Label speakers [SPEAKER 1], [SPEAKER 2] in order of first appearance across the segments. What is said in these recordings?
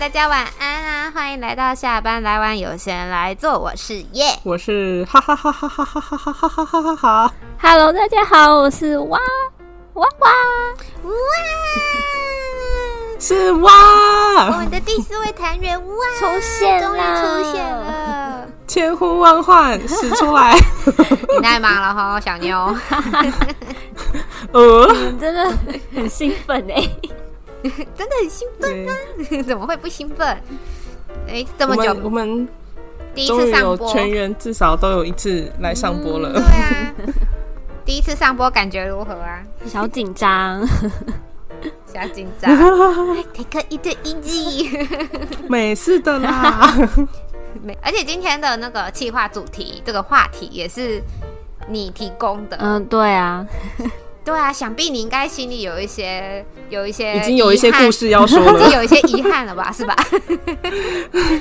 [SPEAKER 1] 大家晚安啦、欢迎来到下班来玩，有闲来做，我是耶。
[SPEAKER 2] 我是哈哈哈哈哈哈哈哈哈哈哈哈。
[SPEAKER 3] Hello，大家好，我是哇哇哇，
[SPEAKER 1] 哇！
[SPEAKER 2] 是哇
[SPEAKER 1] 我，们的第四位团员哇，
[SPEAKER 3] 出现
[SPEAKER 1] 终于
[SPEAKER 3] 了
[SPEAKER 1] 出现了。
[SPEAKER 2] 千呼万唤始出来。
[SPEAKER 1] 你太忙了哈，小妞。
[SPEAKER 2] 呃，
[SPEAKER 3] 你真的很兴奋哎、
[SPEAKER 1] 真的很兴
[SPEAKER 2] 对，
[SPEAKER 1] 奋， 怎么会不兴奋？哎、这
[SPEAKER 2] 我
[SPEAKER 1] 么
[SPEAKER 2] 们我
[SPEAKER 1] 久
[SPEAKER 2] 们
[SPEAKER 1] 第一
[SPEAKER 2] 终
[SPEAKER 1] 次
[SPEAKER 2] 于有
[SPEAKER 1] 上播，
[SPEAKER 2] 全员至少都有一次来上播了。
[SPEAKER 1] 对啊，第一次上播感觉如何啊？
[SPEAKER 3] 小紧张，
[SPEAKER 1] 小紧张 哎，Take it easy
[SPEAKER 2] 美式的啦，
[SPEAKER 1] 没。而且今天的那个企划主题，这个话题也是你提供的。
[SPEAKER 3] 嗯，对啊，
[SPEAKER 1] 对啊，想必你应该心里有一些有一些
[SPEAKER 2] 已经有一些
[SPEAKER 1] 遗憾
[SPEAKER 2] 故，事 要说
[SPEAKER 1] 已经
[SPEAKER 2] 了。
[SPEAKER 1] 有一些遗憾了吧？是 吧？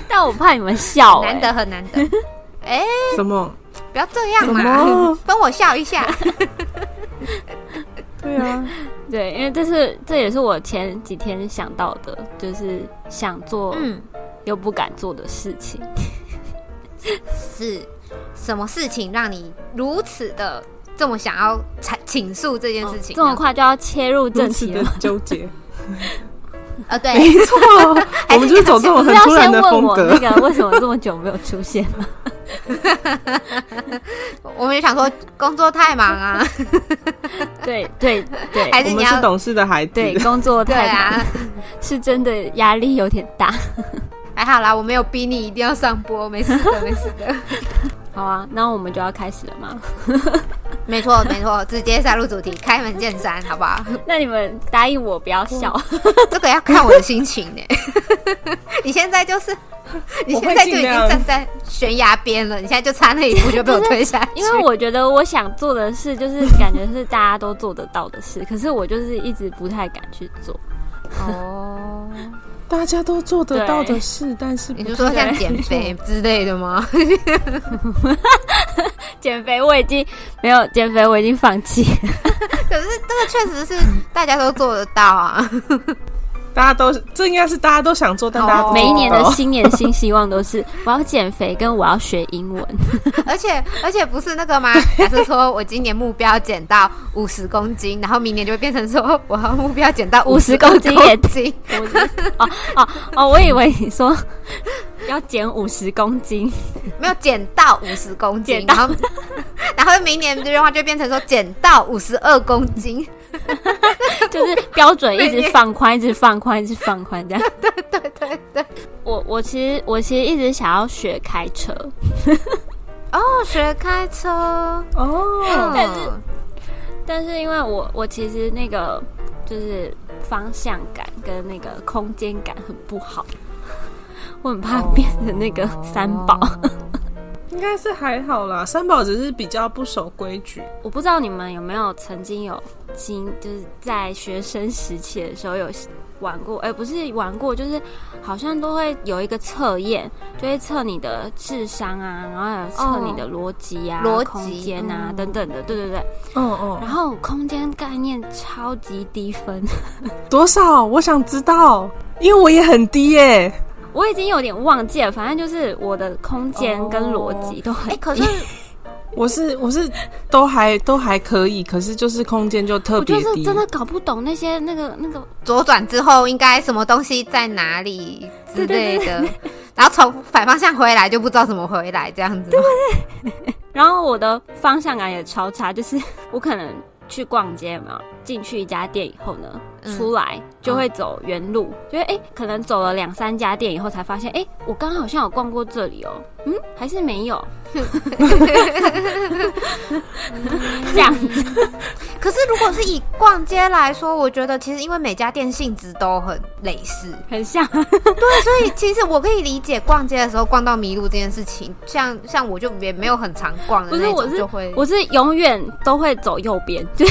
[SPEAKER 3] 但我怕你们笑、哎
[SPEAKER 1] 难得很难得。哎、
[SPEAKER 2] 什么？
[SPEAKER 1] 不要这样
[SPEAKER 2] 什
[SPEAKER 1] 嘛
[SPEAKER 2] 么，
[SPEAKER 1] 分我笑一 下。
[SPEAKER 2] 对啊，
[SPEAKER 3] 对，因为这是这也是我前几天想到的，就是想做
[SPEAKER 1] 嗯。
[SPEAKER 3] 又不敢做的事情。
[SPEAKER 1] 是什么事情让你如此的这么想要阐倾诉这件事情呢？
[SPEAKER 2] 哦
[SPEAKER 3] 这么快就要切入
[SPEAKER 2] 如
[SPEAKER 3] 正
[SPEAKER 2] 此
[SPEAKER 3] 题
[SPEAKER 2] 的
[SPEAKER 3] 了吗？
[SPEAKER 2] 纠结，
[SPEAKER 1] 啊？
[SPEAKER 2] 没
[SPEAKER 1] 对，
[SPEAKER 2] 错，我们就是走这种
[SPEAKER 3] 不是
[SPEAKER 2] 很
[SPEAKER 3] 要
[SPEAKER 2] 突然
[SPEAKER 3] 先
[SPEAKER 2] 的
[SPEAKER 3] 问
[SPEAKER 2] 风
[SPEAKER 3] 我
[SPEAKER 2] 格
[SPEAKER 3] 那。个为什么这么久没有出现吗？
[SPEAKER 1] 我们也想说工作太忙 啊，
[SPEAKER 3] 对对对，
[SPEAKER 1] 还
[SPEAKER 2] 我
[SPEAKER 1] 是你
[SPEAKER 2] 们是
[SPEAKER 1] 要
[SPEAKER 2] 懂事的孩子，
[SPEAKER 3] 对工作
[SPEAKER 1] 对
[SPEAKER 3] 太忙，
[SPEAKER 1] 啊？
[SPEAKER 3] 是真的压力有点大。
[SPEAKER 1] 还哎好啦，我没有逼你一定要上播，没事的，没事 的。
[SPEAKER 3] 好啊，那我们就要开始了吗？
[SPEAKER 1] 没错，没错，直接杀入主题，开门见山，好不好？
[SPEAKER 3] 那你们答应我不要笑，
[SPEAKER 1] 这个要看我的心情呢。 你现在就是，你现在就已
[SPEAKER 2] 尽
[SPEAKER 1] 经
[SPEAKER 2] 量
[SPEAKER 1] 站在悬崖边了，你现在就差那一步就被我推下去。
[SPEAKER 3] 因为我觉得我想做的事，就是感觉是大家都做得到的事，可是我就是一直不太敢去做。
[SPEAKER 1] 哦，
[SPEAKER 2] 大家都做得到的事，但是
[SPEAKER 1] 你
[SPEAKER 2] 不
[SPEAKER 1] 是说像减肥之类的吗？
[SPEAKER 3] 减肥我已经没有减肥，我已经放弃。
[SPEAKER 1] 可是这个确实是大家都做得到啊，
[SPEAKER 2] 大家都这应该是大家都想做，但大家
[SPEAKER 1] 哦
[SPEAKER 2] 都
[SPEAKER 3] 每一年的
[SPEAKER 2] 做不到
[SPEAKER 3] 新年新希望都是我要减肥，跟我要学英文。
[SPEAKER 1] 而且而且不是那个吗？假设说我今年目标减到五十公斤，然后明年就会变成说我要目标减到
[SPEAKER 3] 50
[SPEAKER 1] 50
[SPEAKER 3] 公
[SPEAKER 1] 公
[SPEAKER 3] 斤
[SPEAKER 1] 斤，
[SPEAKER 3] 我就 哦哦哦，我以为你说 要减五十公斤，
[SPEAKER 1] 没有减到五十公斤，
[SPEAKER 3] 减
[SPEAKER 1] 然
[SPEAKER 3] 到
[SPEAKER 1] 后 然后明年的愿望就变成说减到五十二公斤，
[SPEAKER 3] 就是标准一直放宽，一直放宽，一直放宽这样。
[SPEAKER 1] 对对对。
[SPEAKER 3] 我我其实我其实一直想要学开车，
[SPEAKER 1] 哦，学开车，
[SPEAKER 2] 哦，
[SPEAKER 3] 但是
[SPEAKER 1] 嗯，
[SPEAKER 3] 但是因为我我其实那个就是方向感跟那个空间感很不好， 我很怕变成那个三宝。
[SPEAKER 1] 哦
[SPEAKER 2] 应该是还好啦。三宝只是比较不守规矩，
[SPEAKER 3] 我不知道你们有没有曾经有经就是在学生时期的时候有玩过，哎、不是玩过，就是好像都会有一个测验，就会测你的智商啊，然后还有测你的逻辑啊、
[SPEAKER 1] 哦逻辑
[SPEAKER 3] 空间啊、
[SPEAKER 2] 嗯
[SPEAKER 3] 等等的，对对对。
[SPEAKER 2] 嗯嗯
[SPEAKER 3] 然，后空间概念超级低分，
[SPEAKER 2] 多少？我想知道，因为我也很低耶、
[SPEAKER 3] 我已经有点忘记了，反正就是我的空间跟逻辑都
[SPEAKER 1] 哎、
[SPEAKER 3] 很低。
[SPEAKER 1] 可是
[SPEAKER 2] 我是我是都还都还可以，可是就是空间就特
[SPEAKER 3] 我就
[SPEAKER 2] 别
[SPEAKER 3] 是
[SPEAKER 2] 低。
[SPEAKER 3] 真的搞不懂那些那个那个
[SPEAKER 1] 左转之后应该什么东西在哪里之类
[SPEAKER 3] 对
[SPEAKER 1] 的，然后从反方向回来就不知道怎么回来这样子吗。
[SPEAKER 3] 然后我的方向感也超差，就是 我可能去逛街嘛，进去一家店以后呢，
[SPEAKER 1] 嗯
[SPEAKER 3] 出来就会走原路，就会哎、可能走了两三家店以后才发现，哎、我刚刚好像有逛过这里哦，嗯，还是没有， 这样子
[SPEAKER 1] 可是如果是以逛街来说，我觉得其实因为每家店性质都很类似，
[SPEAKER 3] 很像，
[SPEAKER 1] 对，所以其实我可以理解逛街的时候逛到迷路这件事情。像像我就也没有很常逛的
[SPEAKER 3] 不是
[SPEAKER 1] 那
[SPEAKER 3] 我
[SPEAKER 1] 种，
[SPEAKER 3] 是
[SPEAKER 1] 就会
[SPEAKER 3] 我是永远都会走右边， 就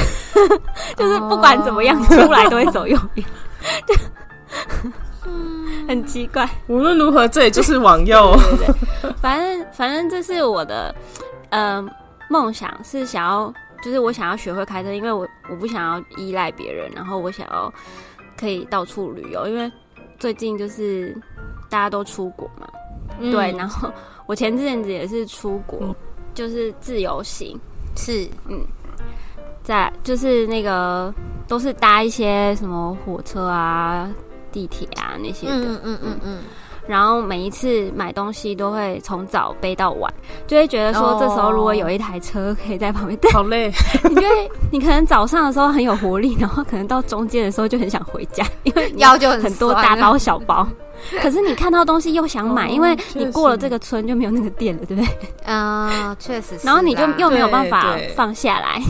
[SPEAKER 3] 就是不管怎么样出来都会走右边， 很奇怪。
[SPEAKER 2] 无论如何，这里就是往 右。
[SPEAKER 3] 对对对，反正嗯反正这是我的呃梦想，是想要就是我想要学会开车，因为我我不想要依赖别人，然后我想要可以到处旅游，因为最近就是大家都出国嘛，
[SPEAKER 1] 嗯
[SPEAKER 3] 对，然后我前阵子也是出国，
[SPEAKER 2] 嗯
[SPEAKER 3] 就是自由行，
[SPEAKER 1] 是
[SPEAKER 3] 在就是那个都是搭一些什么火车啊、地铁啊那些的，
[SPEAKER 1] 嗯嗯嗯嗯
[SPEAKER 3] 然后每一次买东西都会从早背到晚，就会觉得说这时候如果有一台车可以在旁边，
[SPEAKER 2] 好累，
[SPEAKER 3] 但你 就会你可能早上的时候很有活力，然后可能到中间的时候就很想回家，因为
[SPEAKER 1] 嗯，
[SPEAKER 3] 你
[SPEAKER 1] 腰就很
[SPEAKER 3] 很多
[SPEAKER 1] 酸
[SPEAKER 3] 大
[SPEAKER 1] 了
[SPEAKER 3] 包小包， 可是你看到东西又想买，
[SPEAKER 2] 啊哦
[SPEAKER 3] 因为
[SPEAKER 2] 确
[SPEAKER 3] 你
[SPEAKER 2] 实
[SPEAKER 3] 过了这个村就没有那个店了，对不对？
[SPEAKER 1] 嗯，确实是啦。
[SPEAKER 3] 然后你就又没有办法
[SPEAKER 2] 对对
[SPEAKER 3] 放下来，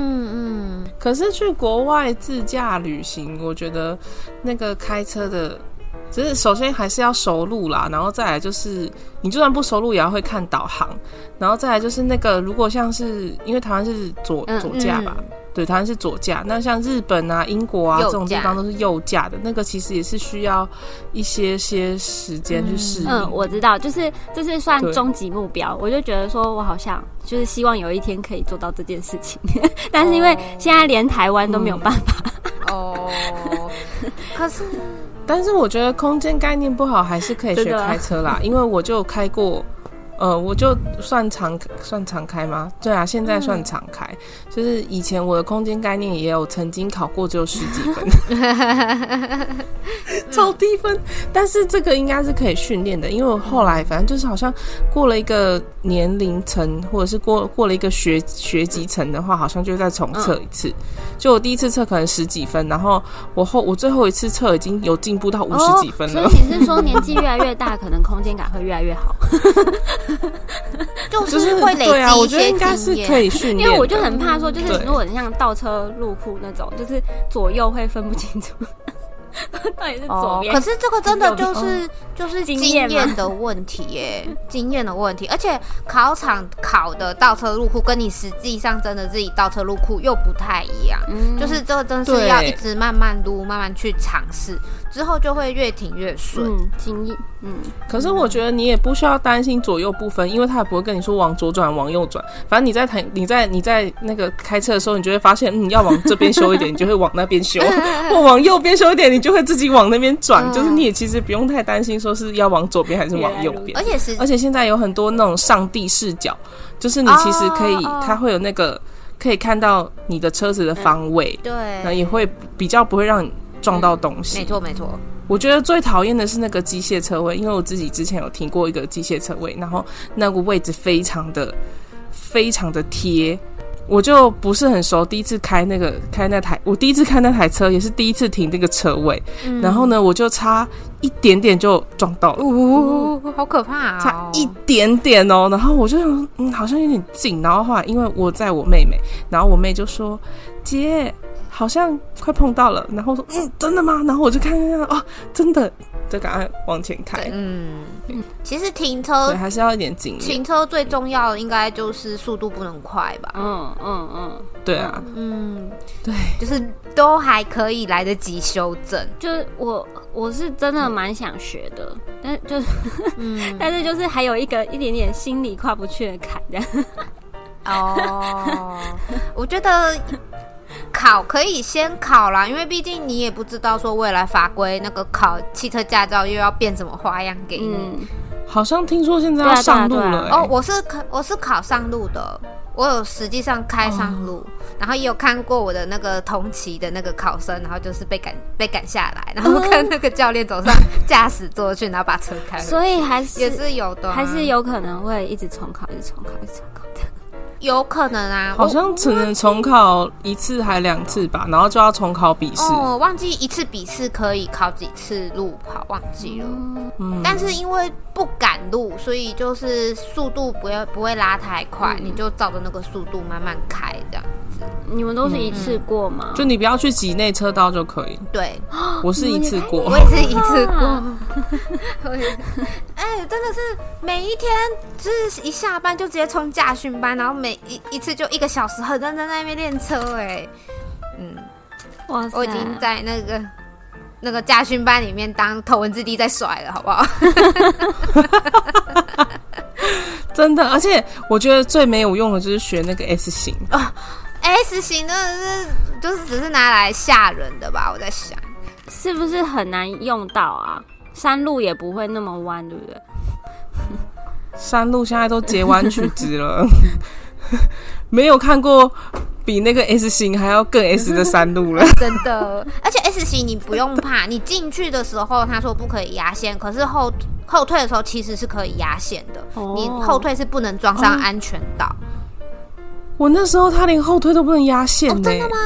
[SPEAKER 1] 嗯嗯，
[SPEAKER 2] 可是去国外自驾旅行，我觉得那个开车的，只是首先还是要熟路啦，然后再来就是你就算不熟路也要会看导航，然后再来就是那个如果像是因为台湾是左
[SPEAKER 3] 嗯
[SPEAKER 2] 左驾吧。对，台湾是左驾，那像日本啊、英国啊
[SPEAKER 1] 右驾
[SPEAKER 2] 这种地方都是右驾的，那个其实也是需要一些些时间去适应。
[SPEAKER 3] 嗯，我知道，就是这是算
[SPEAKER 2] 对
[SPEAKER 3] 终极目标。我就觉得说，我好像就是希望有一天可以做到这件事情， 但是因
[SPEAKER 2] 哦
[SPEAKER 3] 为现在连台湾都没有办法，
[SPEAKER 1] 哦，可是
[SPEAKER 2] 但是我觉得空间概念不好，还是可以
[SPEAKER 3] 真
[SPEAKER 2] 学
[SPEAKER 3] 的啊
[SPEAKER 2] 开车 啦，因为我就开过，呃，我就算常算常开吗？对啊，现在算常开，就是以前我的空间概念也有曾经考过只有十几分， 超低分，但是这个应该是可以训练的，因为我后
[SPEAKER 3] 嗯
[SPEAKER 2] 来反正就是好像过了一个年龄层，或者是过过了一个学学级层的话，好像就再重测
[SPEAKER 3] 嗯
[SPEAKER 2] 一次。就我第一次测可能十几分，然后我后我最后一次测已经有进步到嗯五十几分了。
[SPEAKER 3] 哦。所以你是说年纪越来越大，可能空间感会越来 越好？
[SPEAKER 1] 就
[SPEAKER 2] 就是
[SPEAKER 1] 是会累
[SPEAKER 2] 对啊，
[SPEAKER 1] 积
[SPEAKER 2] 我
[SPEAKER 1] 一
[SPEAKER 2] 觉得
[SPEAKER 1] 些
[SPEAKER 2] 应该是
[SPEAKER 1] 经
[SPEAKER 2] 可
[SPEAKER 1] 验。
[SPEAKER 2] 以训
[SPEAKER 3] 因
[SPEAKER 2] 练的。
[SPEAKER 3] 为我就很怕说，就是
[SPEAKER 2] 对
[SPEAKER 3] 如果你像倒车入库那种，就是左右会分不清楚， 到哦底是左边。
[SPEAKER 1] 哦可是这个真的就是
[SPEAKER 2] 嗯
[SPEAKER 1] 就是
[SPEAKER 3] 经
[SPEAKER 1] 经
[SPEAKER 3] 验吗
[SPEAKER 1] 验的问题耶，经验的问题。而且考场考的倒车入库跟你实际上真的自己倒车入库又不太一样，
[SPEAKER 3] 嗯
[SPEAKER 1] 就是这个真是
[SPEAKER 2] 对
[SPEAKER 1] 要一直慢慢撸，慢慢去尝试，之后就会越挺越顺。
[SPEAKER 3] 嗯，经验，嗯，
[SPEAKER 2] 可是我觉得你也不需要担心左右不分，因为他也不会跟你说往左转、往右转。反正你在台你在你在那个开车的时候，你就会发现，嗯，要往这边修一点，你就会往那边 修；或往右边修一点，你就会自己往那边转。
[SPEAKER 1] 嗯
[SPEAKER 2] 就是你也其实不用太担心说是要往左边还是往右边
[SPEAKER 1] 而。且实
[SPEAKER 2] 而且现在有很多那种上帝视角，就是你其实可以，
[SPEAKER 1] 哦哦
[SPEAKER 2] 它会有那个可以看到你的车子的方位，然后
[SPEAKER 1] 对，
[SPEAKER 2] 也会比较不会让你撞到东西。
[SPEAKER 1] 嗯没错没错，
[SPEAKER 2] 我觉得最讨厌的是那个机械车位，因为我自己之前有停过一个机械车位，然后那个位置非常的非常的贴，我就不是很熟。第一次开那个开那台，我第一次开那台车，也是第一次停那个车位，
[SPEAKER 1] 嗯
[SPEAKER 2] 然后呢，我就差一点点就撞到了。
[SPEAKER 1] 呜、好可怕哦！
[SPEAKER 2] 差一点点哦，然后我就想，嗯，好像有点近。然后后来因为我在我妹妹，然后我妹就说：“姐，好像快碰到了。”然后我说：“嗯，真的吗？”然后我就看看看，哦，真的，就赶快往前开。
[SPEAKER 1] 嗯，其实停
[SPEAKER 2] 对，
[SPEAKER 1] 车
[SPEAKER 2] 还是要一点经验。
[SPEAKER 1] 停车最重要的应该就是速度不能快吧？
[SPEAKER 3] 嗯嗯嗯，
[SPEAKER 2] 对啊，
[SPEAKER 1] 嗯，
[SPEAKER 2] 对，
[SPEAKER 1] 就是都还可以来得及修正。
[SPEAKER 3] 就是我我是真的蛮想学的，但是就是
[SPEAKER 1] 嗯，
[SPEAKER 3] 但是就是还有一个一点点心里跨不去的坎这样。
[SPEAKER 1] 哦， 我觉得考可以先考啦，因为毕竟你也不知道说未来法规那个考汽车驾照又要变什么花样给你。
[SPEAKER 3] 嗯，
[SPEAKER 2] 好像听说现在
[SPEAKER 3] 对
[SPEAKER 2] 要
[SPEAKER 3] 啊
[SPEAKER 2] 上路
[SPEAKER 3] 对啊
[SPEAKER 2] 了、
[SPEAKER 3] 对
[SPEAKER 2] 欸
[SPEAKER 1] 哦，我是考我是考上路的，我有实际上开上
[SPEAKER 3] 哦
[SPEAKER 1] 路，然后也有看过我的那个同期的那个考生，然后就是被赶被赶下
[SPEAKER 3] 哦
[SPEAKER 1] 来，然后看那个教练走上驾驶座去，然后把车开回去，
[SPEAKER 3] 所以还
[SPEAKER 1] 也
[SPEAKER 3] 是
[SPEAKER 1] 是有的啊、
[SPEAKER 3] 还是有可能会一直重考，一直重考，一直重考的。
[SPEAKER 1] 有可能啊，
[SPEAKER 2] 好像只能重考一次还两次吧，然后就要重考笔试。
[SPEAKER 1] 哦，忘记一次笔试可以考几次路跑，忘记了。
[SPEAKER 3] 哦
[SPEAKER 2] 嗯，
[SPEAKER 1] 但是因为不赶路，所以就是速度不要不会拉太快，
[SPEAKER 3] 嗯
[SPEAKER 1] 你就照着那个速度慢慢开，这样
[SPEAKER 3] 你们都是一次过吗？
[SPEAKER 2] 就你不要去挤内车道就可以。
[SPEAKER 1] 对。
[SPEAKER 2] 我是一次过，
[SPEAKER 3] 哦
[SPEAKER 1] 我也是一次过
[SPEAKER 3] 啊，
[SPEAKER 1] 我也是哎、真的是每一天，就是一下班就直接冲驾训班，然后每一一次就一个小时，很认真在那边练车、哎，嗯，
[SPEAKER 3] 哇塞！
[SPEAKER 1] 啊我已经在那个那个家训班里面当头文字 D 在甩了，好 不好？
[SPEAKER 2] 真的，而且我觉得最没有用的就是学那个 S 型，
[SPEAKER 1] S 型哎真的是就是只是拿来吓人的吧？我在想，
[SPEAKER 3] 是不是很难用到啊？山路也不会那么弯，对不对？
[SPEAKER 2] 山路现在都截弯曲直了， 没有看过比那个 S 型还要更 S 的山路了。
[SPEAKER 1] 真的。而且 S 型你不用怕，你进去的时候他说不可以压线，可是后后退的时候其实是可以压线的，
[SPEAKER 3] 哦
[SPEAKER 1] 你后退是不能装上安全岛。
[SPEAKER 2] 我那时候他连后退都不能压线呢、
[SPEAKER 1] 哦真的吗？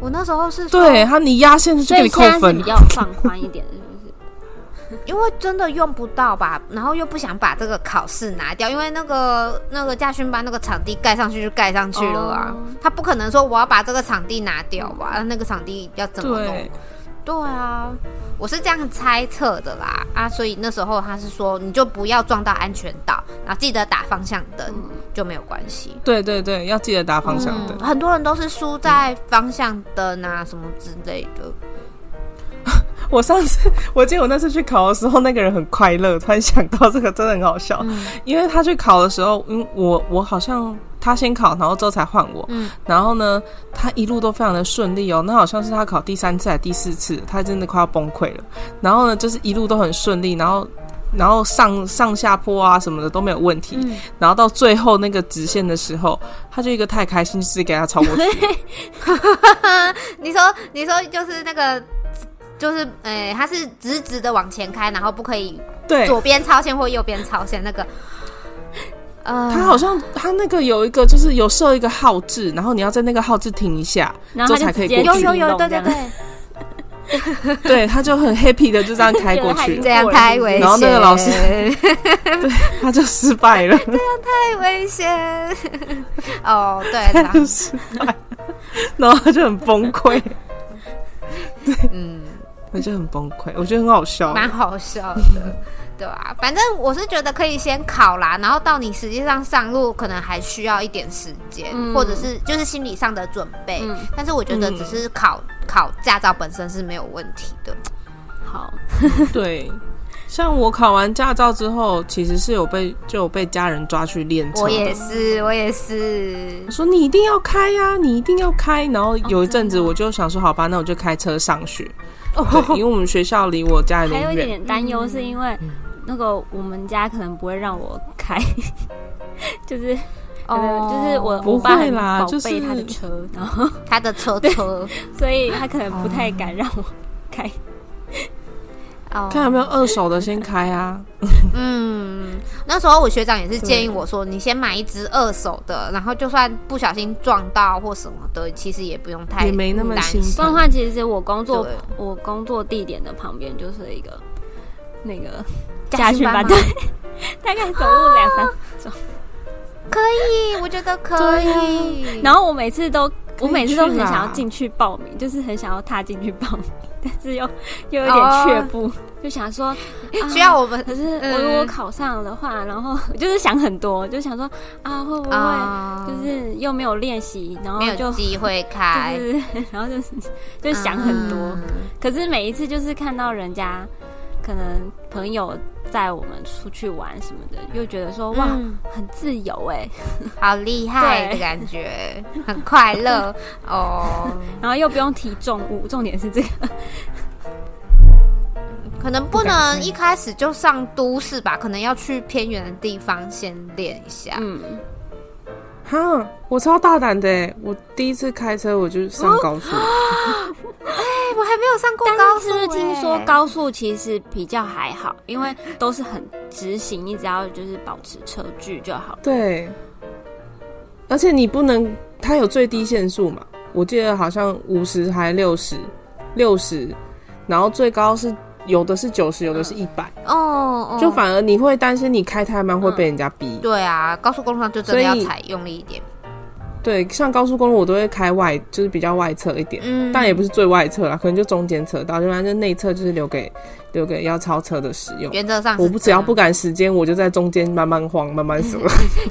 [SPEAKER 1] 我那时候是说
[SPEAKER 2] 对他，你压线就
[SPEAKER 3] 所
[SPEAKER 2] 给
[SPEAKER 3] 以
[SPEAKER 2] 你扣
[SPEAKER 3] 现在是
[SPEAKER 2] 分
[SPEAKER 3] 比。较放宽一点，是不是？
[SPEAKER 1] 因为真的用不到吧，然后又不想把这个考试拿掉，因为那个那个驾训班那个场地盖上去就盖上去了啊，
[SPEAKER 3] 哦
[SPEAKER 1] 他不可能说我要把这个场地拿掉吧，啊那个场地要怎么弄？
[SPEAKER 2] 对，
[SPEAKER 1] 对啊，我是这样猜测的啦啊，所以那时候他是说你就不要撞到安全岛，然后记得打方向灯、就没有关系。
[SPEAKER 2] 对对对，要记得打嗯方向灯
[SPEAKER 1] 嗯，。很多人都是输在方向灯啊什么之类的。
[SPEAKER 2] 我上次， 我记得我那次去考的时候，那个人很快乐，突然想到这个，真的很好笑。
[SPEAKER 1] 嗯
[SPEAKER 2] 因为他去考的时候，因为我我好像他先考，然后之后才换我。
[SPEAKER 1] 嗯
[SPEAKER 2] 然后呢，他一路都非常的顺利哦。那好像是他考第三次还是第四次，他真的快要崩溃了。然后呢，就是一路都很顺利，然后然后上上下坡啊什么的都没有问题。
[SPEAKER 1] 嗯
[SPEAKER 2] 然后到最后那个直线的时候，他就一个太开心，直接给他超 过去。
[SPEAKER 1] 你说，你说就是那个，就是诶、呃它是直直的往前开，然后不可以
[SPEAKER 2] 对，
[SPEAKER 1] 左边超线或右边超线那个。呃，
[SPEAKER 2] 他好像他那个有一个就是有设一个号志，然后你要在那个号志停 一下，
[SPEAKER 3] 然后他
[SPEAKER 2] 之后才
[SPEAKER 3] 就
[SPEAKER 2] 可以
[SPEAKER 3] 直
[SPEAKER 2] 过
[SPEAKER 3] 接
[SPEAKER 1] 有
[SPEAKER 2] 去。
[SPEAKER 1] 有有，对对
[SPEAKER 3] 这
[SPEAKER 1] 对，
[SPEAKER 2] 对，他就很 happy 的就这样开过 去
[SPEAKER 3] 觉
[SPEAKER 1] 这
[SPEAKER 3] 得，
[SPEAKER 1] 样太危险。
[SPEAKER 2] 然后那个老师
[SPEAKER 1] 太
[SPEAKER 2] 他就失败了，
[SPEAKER 1] 危险。哦， 对，
[SPEAKER 2] 他
[SPEAKER 1] 然后
[SPEAKER 2] 就失败了，然后他就很崩溃，
[SPEAKER 1] 嗯，
[SPEAKER 2] 他就很崩溃，我觉得很好笑。
[SPEAKER 1] 蛮好笑的，对啊？反正我是觉得可以先考啦，然后到你实际上上路，可能还需要一点时间，
[SPEAKER 3] 嗯
[SPEAKER 1] 或者是就是心理上的准备。
[SPEAKER 3] 嗯
[SPEAKER 1] 但是我觉得只是考、考驾照本身是没有问题的。
[SPEAKER 3] 好，
[SPEAKER 2] 对，像我考完驾照之后，其实是有被就有被家人抓去练车
[SPEAKER 1] 我也
[SPEAKER 2] 的。
[SPEAKER 1] 是，我也是
[SPEAKER 2] 我。说你一定要开呀、你一定要开。然后有一阵
[SPEAKER 1] 哦
[SPEAKER 2] 子我就想说，好吧，那我就开车上学。对，因为我们学校离我家有
[SPEAKER 3] 还
[SPEAKER 2] 点
[SPEAKER 3] 有一
[SPEAKER 2] 远
[SPEAKER 3] 点，嗯点担忧，是因为那个我们家可能不会让我开， 就是呃
[SPEAKER 1] 哦，
[SPEAKER 3] 就是我
[SPEAKER 2] 不
[SPEAKER 3] 我爸
[SPEAKER 2] 会
[SPEAKER 3] 很
[SPEAKER 2] 啦
[SPEAKER 3] 宝
[SPEAKER 2] 就是
[SPEAKER 3] 贝他的车，然后
[SPEAKER 1] 他的车车，
[SPEAKER 3] 所以他可能哦不太敢让我开。
[SPEAKER 1] 哦，
[SPEAKER 2] 看有没有二手的先开啊。
[SPEAKER 1] 嗯，那时候我学长也是建议我说，你先买一只二手的，然后就算不小心撞到或什么的，其实也不用太
[SPEAKER 2] 也没那么
[SPEAKER 1] 担
[SPEAKER 2] 心
[SPEAKER 1] 心
[SPEAKER 2] 痛
[SPEAKER 3] 状况其实我工作
[SPEAKER 1] 对
[SPEAKER 3] 我工作地点的旁边就是一个那个
[SPEAKER 1] 家训班吗
[SPEAKER 3] 对， 大概走路两三
[SPEAKER 1] 可以，我觉得可以。
[SPEAKER 3] 然后我每次都，
[SPEAKER 2] 可以
[SPEAKER 3] 我每次都很
[SPEAKER 2] 去啦
[SPEAKER 3] 想要进去报名，就是很想要踏进去报名， 但是又又有点却步，哦就想说，啊
[SPEAKER 1] 需要我们
[SPEAKER 3] 可是
[SPEAKER 1] 嗯
[SPEAKER 3] 我如果考上的话，然后就是想很多，就想说啊，会不会
[SPEAKER 1] 啊，
[SPEAKER 3] 就是又没有练习，然后
[SPEAKER 1] 没
[SPEAKER 3] 就
[SPEAKER 1] 有机会开，
[SPEAKER 3] 就是， 然后就是就想很多。
[SPEAKER 1] 嗯
[SPEAKER 3] 可是每一次就是看到人家可能朋友带我们出去玩什么的，又觉得说哇，
[SPEAKER 1] 嗯
[SPEAKER 3] 很自由哎、
[SPEAKER 1] 好厉害的
[SPEAKER 3] 对
[SPEAKER 1] 感觉，很快 乐哦。
[SPEAKER 3] 然后又不用提重物，重点是这个。
[SPEAKER 1] 可能不能一开始就上都市吧，可能要去偏远的地方先练一下。
[SPEAKER 3] 嗯，
[SPEAKER 2] 哈，我超大胆的欸，我第一次开车我就上高速，
[SPEAKER 1] 哦哎、我还没有上过高速、
[SPEAKER 3] 但是是不是听说
[SPEAKER 1] 哎？
[SPEAKER 3] 高速其实比较还好，因为都是很直行，你只要就是保持车距就好。
[SPEAKER 2] 对，而且你不能，它有最低限速嘛，我记得好像五十还六十，六十，然后最高是有的是九十，有的是一百、
[SPEAKER 1] 嗯哦，嗯哦
[SPEAKER 2] 就反而你会担心你开太慢会被人家逼。
[SPEAKER 1] 对啊，高速公路上就真的
[SPEAKER 2] 所
[SPEAKER 1] 要
[SPEAKER 2] 以
[SPEAKER 1] 踩用力一点。
[SPEAKER 2] 对，像高速公路我都会开外，就是比较外侧一点，
[SPEAKER 1] 嗯，
[SPEAKER 2] 但也不是最外侧啦，可能就中间车道，就反正内侧就是留给留给要超车的使用。
[SPEAKER 1] 原则上是
[SPEAKER 2] 我不只要
[SPEAKER 1] 这样
[SPEAKER 2] 不，赶时间，我就在中间慢慢晃，慢慢走。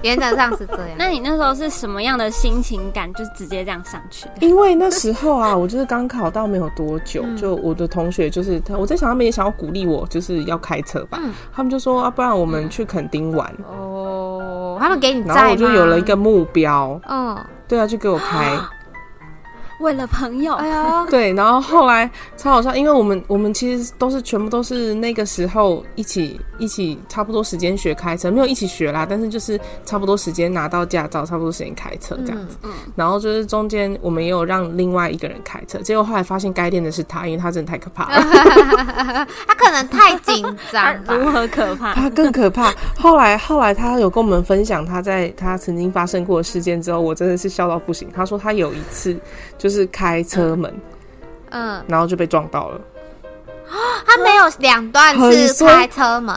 [SPEAKER 1] 原则上是这 样。
[SPEAKER 3] 那你那时候是什么样的心情感？就直接这样上去？
[SPEAKER 2] 因为那时候啊，我就是刚考到没有多久，就我的同学就是他，我在想他们也想要鼓励我，就是要开车吧。他们就说啊，不然我们去垦丁玩。
[SPEAKER 1] 哦，他们给你
[SPEAKER 2] 然后
[SPEAKER 1] 在
[SPEAKER 2] 我就
[SPEAKER 1] 吗
[SPEAKER 2] 有了一个，目标，
[SPEAKER 1] 嗯，
[SPEAKER 2] 对啊，就给我开。
[SPEAKER 3] 为了朋友，
[SPEAKER 1] 哎呦，
[SPEAKER 2] 对，然后后来超好笑，因为我们我们其实都是全部都是那个时候一起一起差不多时间学开车，没有一起学啦，但是就是差不多时间拿到驾照，差不多时间开车 这样子。
[SPEAKER 3] 嗯
[SPEAKER 2] 然后就是中间我们也有让另外一个人开车，结果后来发现该练的是他，因为他真的太可怕 了。
[SPEAKER 1] 他可能太紧张
[SPEAKER 3] 如
[SPEAKER 1] 了，
[SPEAKER 3] 何可 怕？
[SPEAKER 2] 他啊更可怕。后来后来他有跟我们分享他在他曾经发生过的事件之后，我真的是笑到不行。他说他有一次就是开车门，
[SPEAKER 1] 嗯，
[SPEAKER 2] 然后就被撞到了。
[SPEAKER 1] 他没有两段
[SPEAKER 2] 很
[SPEAKER 1] 是
[SPEAKER 2] 衰
[SPEAKER 1] 开车门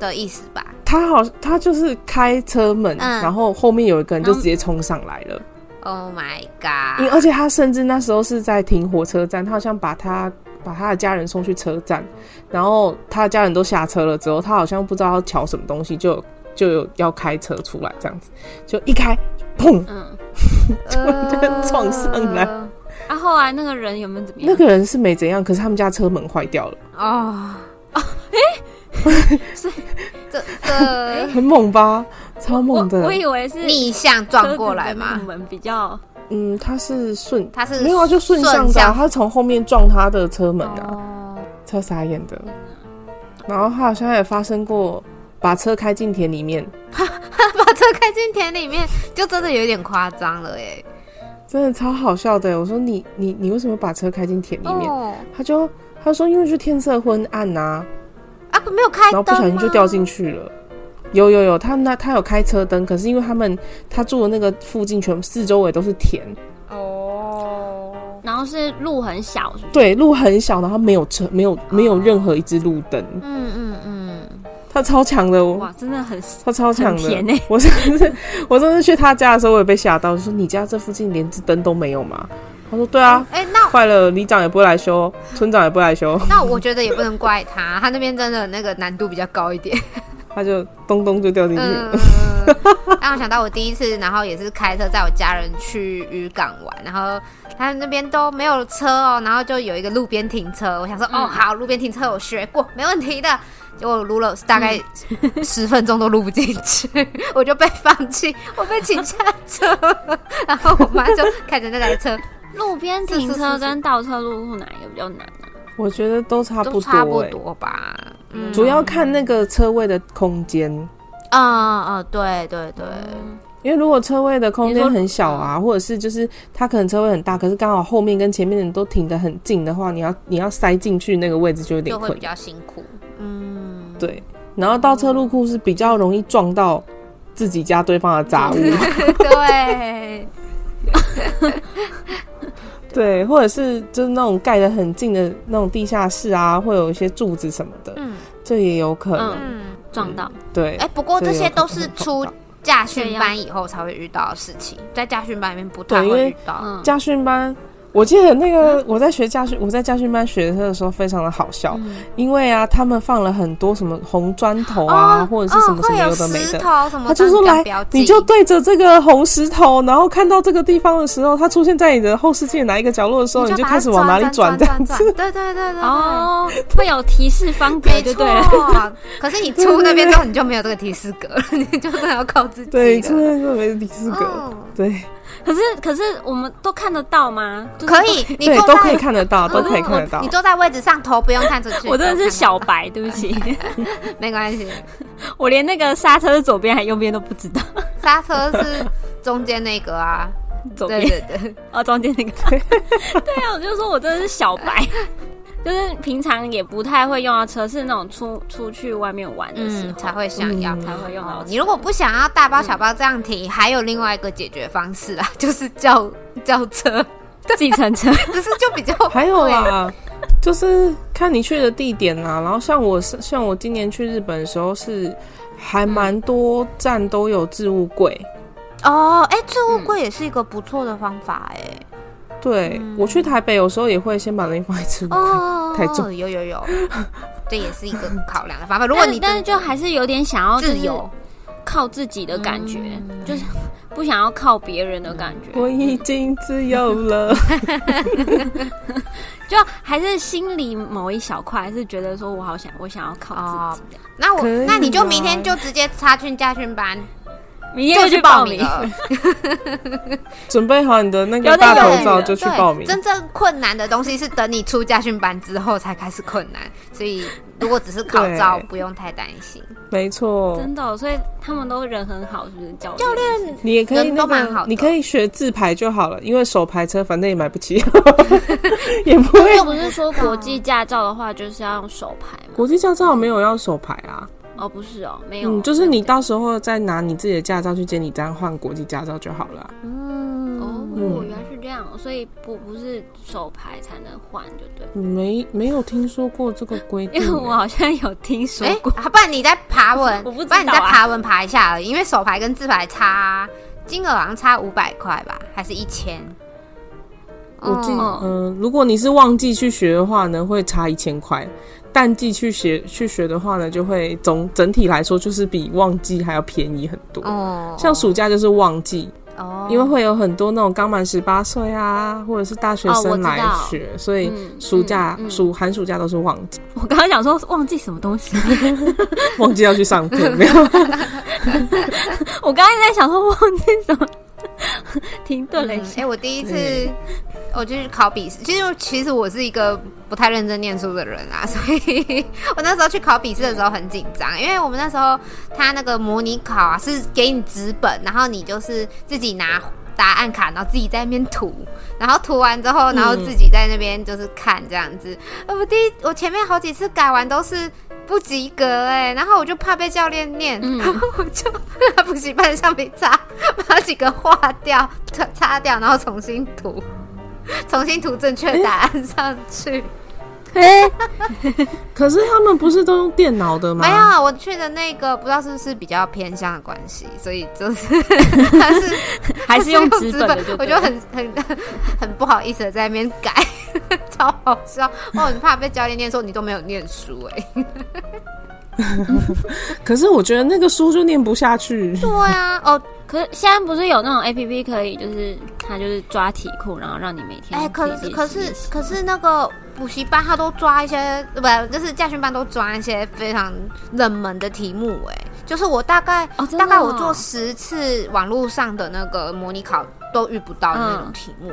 [SPEAKER 1] 的意思吧？
[SPEAKER 2] 他好，他就是开车门，
[SPEAKER 1] 嗯
[SPEAKER 2] 然后后面有一个人就
[SPEAKER 3] 然后
[SPEAKER 2] 直接冲上来了。
[SPEAKER 1] Oh my
[SPEAKER 2] 因
[SPEAKER 1] god！
[SPEAKER 2] 而且他甚至那时候是在停火车站，他好像把他把他的家人送去车站，然后他的家人都下车了之后，他好像不知道要瞧什么东西，就有就有要开车出来这样子，就一开，砰！
[SPEAKER 3] 嗯，
[SPEAKER 2] 突然撞上来
[SPEAKER 1] 呃
[SPEAKER 3] 啊，后来那个人有没有怎么样？
[SPEAKER 2] 那个人是没怎样，可是他们家车门坏掉了，
[SPEAKER 1] 哦， 哎，这这
[SPEAKER 2] 很猛吧？超猛
[SPEAKER 3] 我
[SPEAKER 2] 的
[SPEAKER 3] 我。以为是
[SPEAKER 1] 逆向撞过来嘛
[SPEAKER 3] 我？们比较
[SPEAKER 2] 嗯，他是顺，
[SPEAKER 1] 他是
[SPEAKER 2] 没有啊，就顺向的啊、他从后面撞他的车门啊。
[SPEAKER 1] 哦，
[SPEAKER 2] 超傻眼的。然后他好像也发生过把车开进田里面，
[SPEAKER 1] 把车开进田里面，就真的有点夸张了哎。
[SPEAKER 2] 真的超好笑的。我说你你你为什么把车开进田里面？
[SPEAKER 1] 哦，
[SPEAKER 2] 他就他说因为是天色昏暗呐、
[SPEAKER 1] 啊，没有开
[SPEAKER 2] 然后
[SPEAKER 1] 灯，
[SPEAKER 2] 不小心就掉。进去了。有有有，他那他有开车灯，可是因为他们他住的那个附近全四周围都是田，
[SPEAKER 1] 哦，
[SPEAKER 3] 然后是路很小，是不是
[SPEAKER 2] 对，路很小，然后没有车，没有没有任何一只路灯，
[SPEAKER 1] 嗯嗯嗯，
[SPEAKER 2] 他超强的，哦，
[SPEAKER 3] 哦哇，真的很
[SPEAKER 2] 他超强
[SPEAKER 3] 很
[SPEAKER 2] 的，
[SPEAKER 3] 甜欸
[SPEAKER 2] 我上次我上次去他家的时候，我也被吓到，就说你家这附近连只灯都没有吗？他说对啊，
[SPEAKER 1] 哎，那
[SPEAKER 2] 坏了，里长也不会来修，村长也不会来修，
[SPEAKER 1] 那我觉得也不能怪他，他那边真的那个难度比较高一点。
[SPEAKER 2] 他就咚咚就掉进去了。
[SPEAKER 1] 嗯，让我想到我第一次，然后也是开车载我家人去渔港玩，然后他们那边都没有车哦，然后就有一个路边停车，我想说、
[SPEAKER 3] 嗯
[SPEAKER 1] 哦好，路边停车我学过，没问题的。结果我撸了大概
[SPEAKER 2] 嗯
[SPEAKER 1] 十分钟都撸不进去，我就被放弃，我被请下车，然后我妈就开着那台车，
[SPEAKER 3] 路边停车跟倒车入库哪一个比较难啊？
[SPEAKER 2] 我觉得都差不
[SPEAKER 1] 都
[SPEAKER 2] 多、
[SPEAKER 1] 差不
[SPEAKER 2] 欸，
[SPEAKER 1] 多吧。嗯，
[SPEAKER 2] 主要看那个车位的空间，
[SPEAKER 1] 嗯嗯，对对对，
[SPEAKER 2] 因为如果车位的空
[SPEAKER 3] 你
[SPEAKER 2] 间
[SPEAKER 3] 说嗯
[SPEAKER 2] 很小啊，或者是就是他可能车位很大，可是刚好后面跟前面的人都停得很近的话，你要你要塞进去那个位置就有点
[SPEAKER 1] 就会
[SPEAKER 2] 困
[SPEAKER 1] 比
[SPEAKER 2] 难。
[SPEAKER 1] 较辛苦。 嗯，
[SPEAKER 2] 对，然后倒车入库是比较容易撞到自己家对方的杂物。
[SPEAKER 1] 嗯对。
[SPEAKER 2] 对，或者是就是那种盖得很近的那种地下室啊，会有一些柱子什么的，
[SPEAKER 1] 嗯
[SPEAKER 2] 这也有可能。
[SPEAKER 3] 嗯
[SPEAKER 1] 嗯，
[SPEAKER 3] 撞到，
[SPEAKER 2] 对，
[SPEAKER 1] 哎、不过这些都是出驾
[SPEAKER 3] 对
[SPEAKER 1] 训
[SPEAKER 3] 呀
[SPEAKER 1] 班以后才会遇到的事情，在驾训班里面不太
[SPEAKER 2] 对因
[SPEAKER 1] 会
[SPEAKER 2] 为
[SPEAKER 1] 遇到。
[SPEAKER 3] 嗯，
[SPEAKER 2] 家训班。我记得那个我在学家训，我在家训班学车的时候非常的好笑，
[SPEAKER 1] 嗯
[SPEAKER 2] 因为啊，他们放了很多什么红砖头啊，
[SPEAKER 1] 哦
[SPEAKER 2] 或者是什么
[SPEAKER 1] 哦
[SPEAKER 2] 什
[SPEAKER 1] 会
[SPEAKER 2] 么
[SPEAKER 1] 有
[SPEAKER 2] 有的没
[SPEAKER 1] 石
[SPEAKER 2] 的，
[SPEAKER 1] 头什么，
[SPEAKER 2] 他就说来
[SPEAKER 1] 标，记
[SPEAKER 2] 你就对着这个红石头，然后看到这个地方的时候，它出现在你的后视镜哪一个角落的时候，你
[SPEAKER 1] 你
[SPEAKER 2] 就
[SPEAKER 1] 把它
[SPEAKER 2] 开始往哪里
[SPEAKER 1] 转
[SPEAKER 2] 这样子。
[SPEAKER 1] 转。转转对对对对，对
[SPEAKER 3] 哦，会有提示方 格
[SPEAKER 1] 没
[SPEAKER 3] 就
[SPEAKER 1] 错
[SPEAKER 3] 哦对了。。
[SPEAKER 1] 可是你出那边之后，你就没有这个提示格了，你就真的要靠自己了。
[SPEAKER 2] 对，出现这没第四个，
[SPEAKER 1] 嗯，
[SPEAKER 2] 对。
[SPEAKER 3] 可是可是我们都看得到吗？就是
[SPEAKER 1] 可以，你
[SPEAKER 2] 对，
[SPEAKER 1] 坐
[SPEAKER 2] 都
[SPEAKER 1] 在
[SPEAKER 2] 可以看得到，
[SPEAKER 1] 嗯
[SPEAKER 2] 都可以看得到
[SPEAKER 1] 你。坐在位置上，头不用看出去。
[SPEAKER 3] 我真的是小
[SPEAKER 1] 都
[SPEAKER 3] 白，对不起，
[SPEAKER 1] 看得到，没关系。
[SPEAKER 3] 我连那个刹车是左边还是右边都不知道，
[SPEAKER 1] 刹车是中间那个啊，
[SPEAKER 3] 左
[SPEAKER 1] 对
[SPEAKER 3] 边
[SPEAKER 1] 对对，
[SPEAKER 3] 哦，中间那个。 对啊，我就说我真的是小 白，就是平常也不太会用到车，是那种出出去外面玩的时候、
[SPEAKER 1] 嗯，才会想要。
[SPEAKER 3] 才会用到
[SPEAKER 1] 哦
[SPEAKER 3] 车。
[SPEAKER 1] 你如果不想要大包小包这样提，还有另外一个解决方式啊， 就是叫叫车，
[SPEAKER 3] 计程车，
[SPEAKER 1] 只是就比较
[SPEAKER 2] 还有
[SPEAKER 1] 贵
[SPEAKER 2] 啦，就是看你去的地点啦。然后像我是像我今年去日本的时候是，还蛮多站都有置物柜，
[SPEAKER 1] 哦，哎、置物柜也是一个不错的方法、哎、
[SPEAKER 2] 对我去台北有时候也会先把东西放在置物柜，
[SPEAKER 1] 嗯哦，
[SPEAKER 2] 嗯太重
[SPEAKER 1] 有有有，这也是一个考量的方法。如果你
[SPEAKER 3] 但是但是就还是有点想要
[SPEAKER 1] 自由，，嗯
[SPEAKER 3] 靠自己的感觉，就是不想要靠别人的感 觉，
[SPEAKER 2] 我已经自由了。
[SPEAKER 3] 就还是心里某一小块还是觉得说我好想我想要靠自己的。
[SPEAKER 1] 那我
[SPEAKER 2] 可以
[SPEAKER 1] 那你就明
[SPEAKER 2] 啊
[SPEAKER 1] 天就直接插进家训班，
[SPEAKER 3] 明天就
[SPEAKER 1] 去
[SPEAKER 3] 去报
[SPEAKER 1] 名
[SPEAKER 3] 名，
[SPEAKER 1] 了。
[SPEAKER 2] 准备好你的那
[SPEAKER 3] 有
[SPEAKER 2] 个
[SPEAKER 3] 那
[SPEAKER 2] 大
[SPEAKER 3] 个
[SPEAKER 2] 头照 就去
[SPEAKER 1] 对
[SPEAKER 2] 报名。
[SPEAKER 1] 真正困难的东西是等你出家训班之后才开始困难，所以如果只是考照，
[SPEAKER 2] 对
[SPEAKER 1] 不用太担心。
[SPEAKER 2] 没错，
[SPEAKER 3] 真的哦、所以他们都人很好，是不是？教
[SPEAKER 1] 教
[SPEAKER 3] 练
[SPEAKER 1] 练
[SPEAKER 2] 你也可以
[SPEAKER 1] 人都
[SPEAKER 2] 那
[SPEAKER 1] 蛮好
[SPEAKER 2] 个
[SPEAKER 1] 的，
[SPEAKER 2] 你可以学自排就好了，因为手排车反正也买 不起，也不会。
[SPEAKER 3] 又不是说国际驾照的话，就是要用手牌吗？
[SPEAKER 2] 国际驾照没有要手排啊，
[SPEAKER 3] 哦，不是哦，没有，
[SPEAKER 2] 嗯，就是你
[SPEAKER 3] 到
[SPEAKER 2] 到时候再拿你自己的驾照去接你单换国际驾照就好了啊。
[SPEAKER 3] 哦
[SPEAKER 1] 嗯，，
[SPEAKER 2] 嗯
[SPEAKER 3] 原来是这样哦，所以不不是手牌才能换，就对了。没
[SPEAKER 2] 没没有听说过这个规定
[SPEAKER 3] 因
[SPEAKER 2] 欸、
[SPEAKER 3] 为我好像有听说
[SPEAKER 1] 哎、
[SPEAKER 3] 过，
[SPEAKER 1] 啊不然你再爬文，
[SPEAKER 3] 我不知
[SPEAKER 1] 然你
[SPEAKER 3] 道
[SPEAKER 1] 再
[SPEAKER 3] 啊
[SPEAKER 1] 爬文爬一下而已，因为手牌跟字牌差金额好像差五百块吧，还是一千？
[SPEAKER 2] 我记，
[SPEAKER 1] 哦
[SPEAKER 2] 嗯、如果你是旺季去学的话呢，会差一千块；淡季去学去学的话呢，就会总整体来说就是比旺季还要便宜很多。
[SPEAKER 1] 哦
[SPEAKER 2] 像暑假就是旺季，
[SPEAKER 1] 哦，
[SPEAKER 2] 因为会有很多那种刚满十八岁啊，或者是大
[SPEAKER 3] 哦
[SPEAKER 2] 学生来学，所以
[SPEAKER 3] 嗯
[SPEAKER 2] 暑假、
[SPEAKER 3] 嗯嗯
[SPEAKER 2] 暑寒暑假都是旺季，
[SPEAKER 3] 我刚刚想说忘记什么东西，
[SPEAKER 2] 忘记要去上课，没有？
[SPEAKER 3] 我刚刚在想说忘记什么，停顿了
[SPEAKER 1] 哎
[SPEAKER 3] 一、
[SPEAKER 1] 诶
[SPEAKER 3] 下。
[SPEAKER 1] 我第一次
[SPEAKER 2] 对
[SPEAKER 1] 我就是考笔试，其实其实我是一个不太认真念书的人啊， 所以我那时候去考笔试的时候很紧张，因为我们那时候他那个模拟考啊是给你纸本，然后你就是自己拿。答案卡，然后自己在那边涂，然后涂完之后，然后自己在那边就是看这样子。呃我第一，我前面好几次改完都是不及格哎、然后我就怕被教练念，
[SPEAKER 3] 嗯
[SPEAKER 1] 然后我就拿补习班的橡皮擦把几个划掉、擦擦掉，然后重新涂。重新涂正确答案上去。嗯
[SPEAKER 3] 哎、
[SPEAKER 2] 可是他们不是都用电脑的吗？
[SPEAKER 1] 没有，啊我去的那个不知道是不是比较偏向的关系，所以就是 还是
[SPEAKER 3] 还是用纸本
[SPEAKER 1] 本
[SPEAKER 3] 的就对了，
[SPEAKER 1] 我就很很很不好意思的在那边改， 超好笑。我很怕被教练念说你都没有念书哎、
[SPEAKER 2] 可是我觉得那个书就念不下去。
[SPEAKER 1] 对啊，哦
[SPEAKER 3] 可是现在不是有那种 A P P 可以，就是它就是抓题库，然后让你每天
[SPEAKER 1] 哎、可是
[SPEAKER 3] 自己写
[SPEAKER 1] 可
[SPEAKER 3] 自己
[SPEAKER 1] 是
[SPEAKER 3] 写
[SPEAKER 1] 可是那个补习班他都抓一些，呃不就是驾训班都抓一些非常冷门的题目、哎，就是我大概、
[SPEAKER 3] 哦真的
[SPEAKER 1] 大概我
[SPEAKER 3] 哦
[SPEAKER 1] 做十次网络上的那个模拟考都遇不到的那种
[SPEAKER 3] 嗯
[SPEAKER 1] 题目，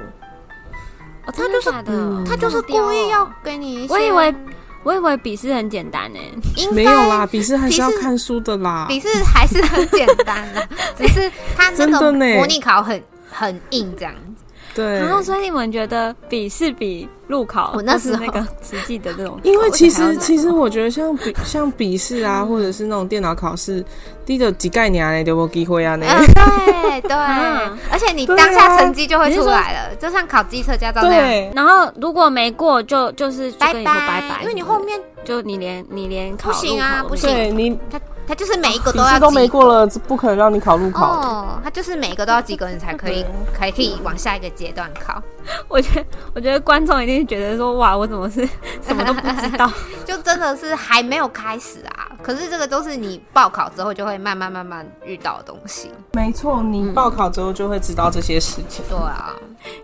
[SPEAKER 3] 哦，真的假的？
[SPEAKER 2] 嗯
[SPEAKER 1] 他就是
[SPEAKER 3] 这么
[SPEAKER 1] 故意
[SPEAKER 3] 屌
[SPEAKER 1] 要
[SPEAKER 3] 哦
[SPEAKER 1] 给你一些，
[SPEAKER 3] 我以为我以为笔试很简单呢，
[SPEAKER 1] 应该
[SPEAKER 2] 没有啦，笔试还是要
[SPEAKER 1] 笔试
[SPEAKER 2] 看书的啦。
[SPEAKER 1] 笔试还是很简单 的，只是他那
[SPEAKER 2] 真
[SPEAKER 1] 个
[SPEAKER 2] 的呢
[SPEAKER 1] 模拟考很很硬这样子，
[SPEAKER 2] 对，
[SPEAKER 3] 然后所以你们觉得笔试比路考，
[SPEAKER 1] 我那
[SPEAKER 3] 或是
[SPEAKER 1] 时候
[SPEAKER 3] 那个实际的那种，
[SPEAKER 2] 因为其实
[SPEAKER 1] 我
[SPEAKER 2] 其实我觉得像笔像笔试啊，
[SPEAKER 1] 嗯
[SPEAKER 2] 或者是那种电脑考试，低的几概念啊，有没有机会啊？那
[SPEAKER 1] 嗯，对对
[SPEAKER 3] 啊，
[SPEAKER 1] 而且你
[SPEAKER 2] 对
[SPEAKER 1] 当下
[SPEAKER 2] 啊
[SPEAKER 1] 成绩就会
[SPEAKER 3] 你是
[SPEAKER 1] 出
[SPEAKER 3] 说
[SPEAKER 1] 来了，就像考机车驾照那样。
[SPEAKER 2] 对，
[SPEAKER 3] 然后如果没过就就是就
[SPEAKER 1] 拜
[SPEAKER 3] 跟你
[SPEAKER 1] 拜，
[SPEAKER 3] 说拜拜，
[SPEAKER 1] 因为你后面
[SPEAKER 3] 就你连你连考
[SPEAKER 1] 不行啊
[SPEAKER 3] 路考
[SPEAKER 1] 不行
[SPEAKER 2] 对你
[SPEAKER 1] 他他就是每一个
[SPEAKER 2] 笔
[SPEAKER 1] 都要、
[SPEAKER 2] 哦试都没过。了，不可能让你考路考的。
[SPEAKER 1] 哦，他就是每一个都要及格，你才可以，才可以往下一个阶段考。
[SPEAKER 3] 我觉得我觉得观众一定觉得说哇，我怎么是 什么都不知道？
[SPEAKER 1] 就真的是还没有开始啊！可是这个都是你报考之后就会慢慢慢慢遇到的东西。
[SPEAKER 2] 没错，你报考之后就会知道这些事情。
[SPEAKER 1] 对啊，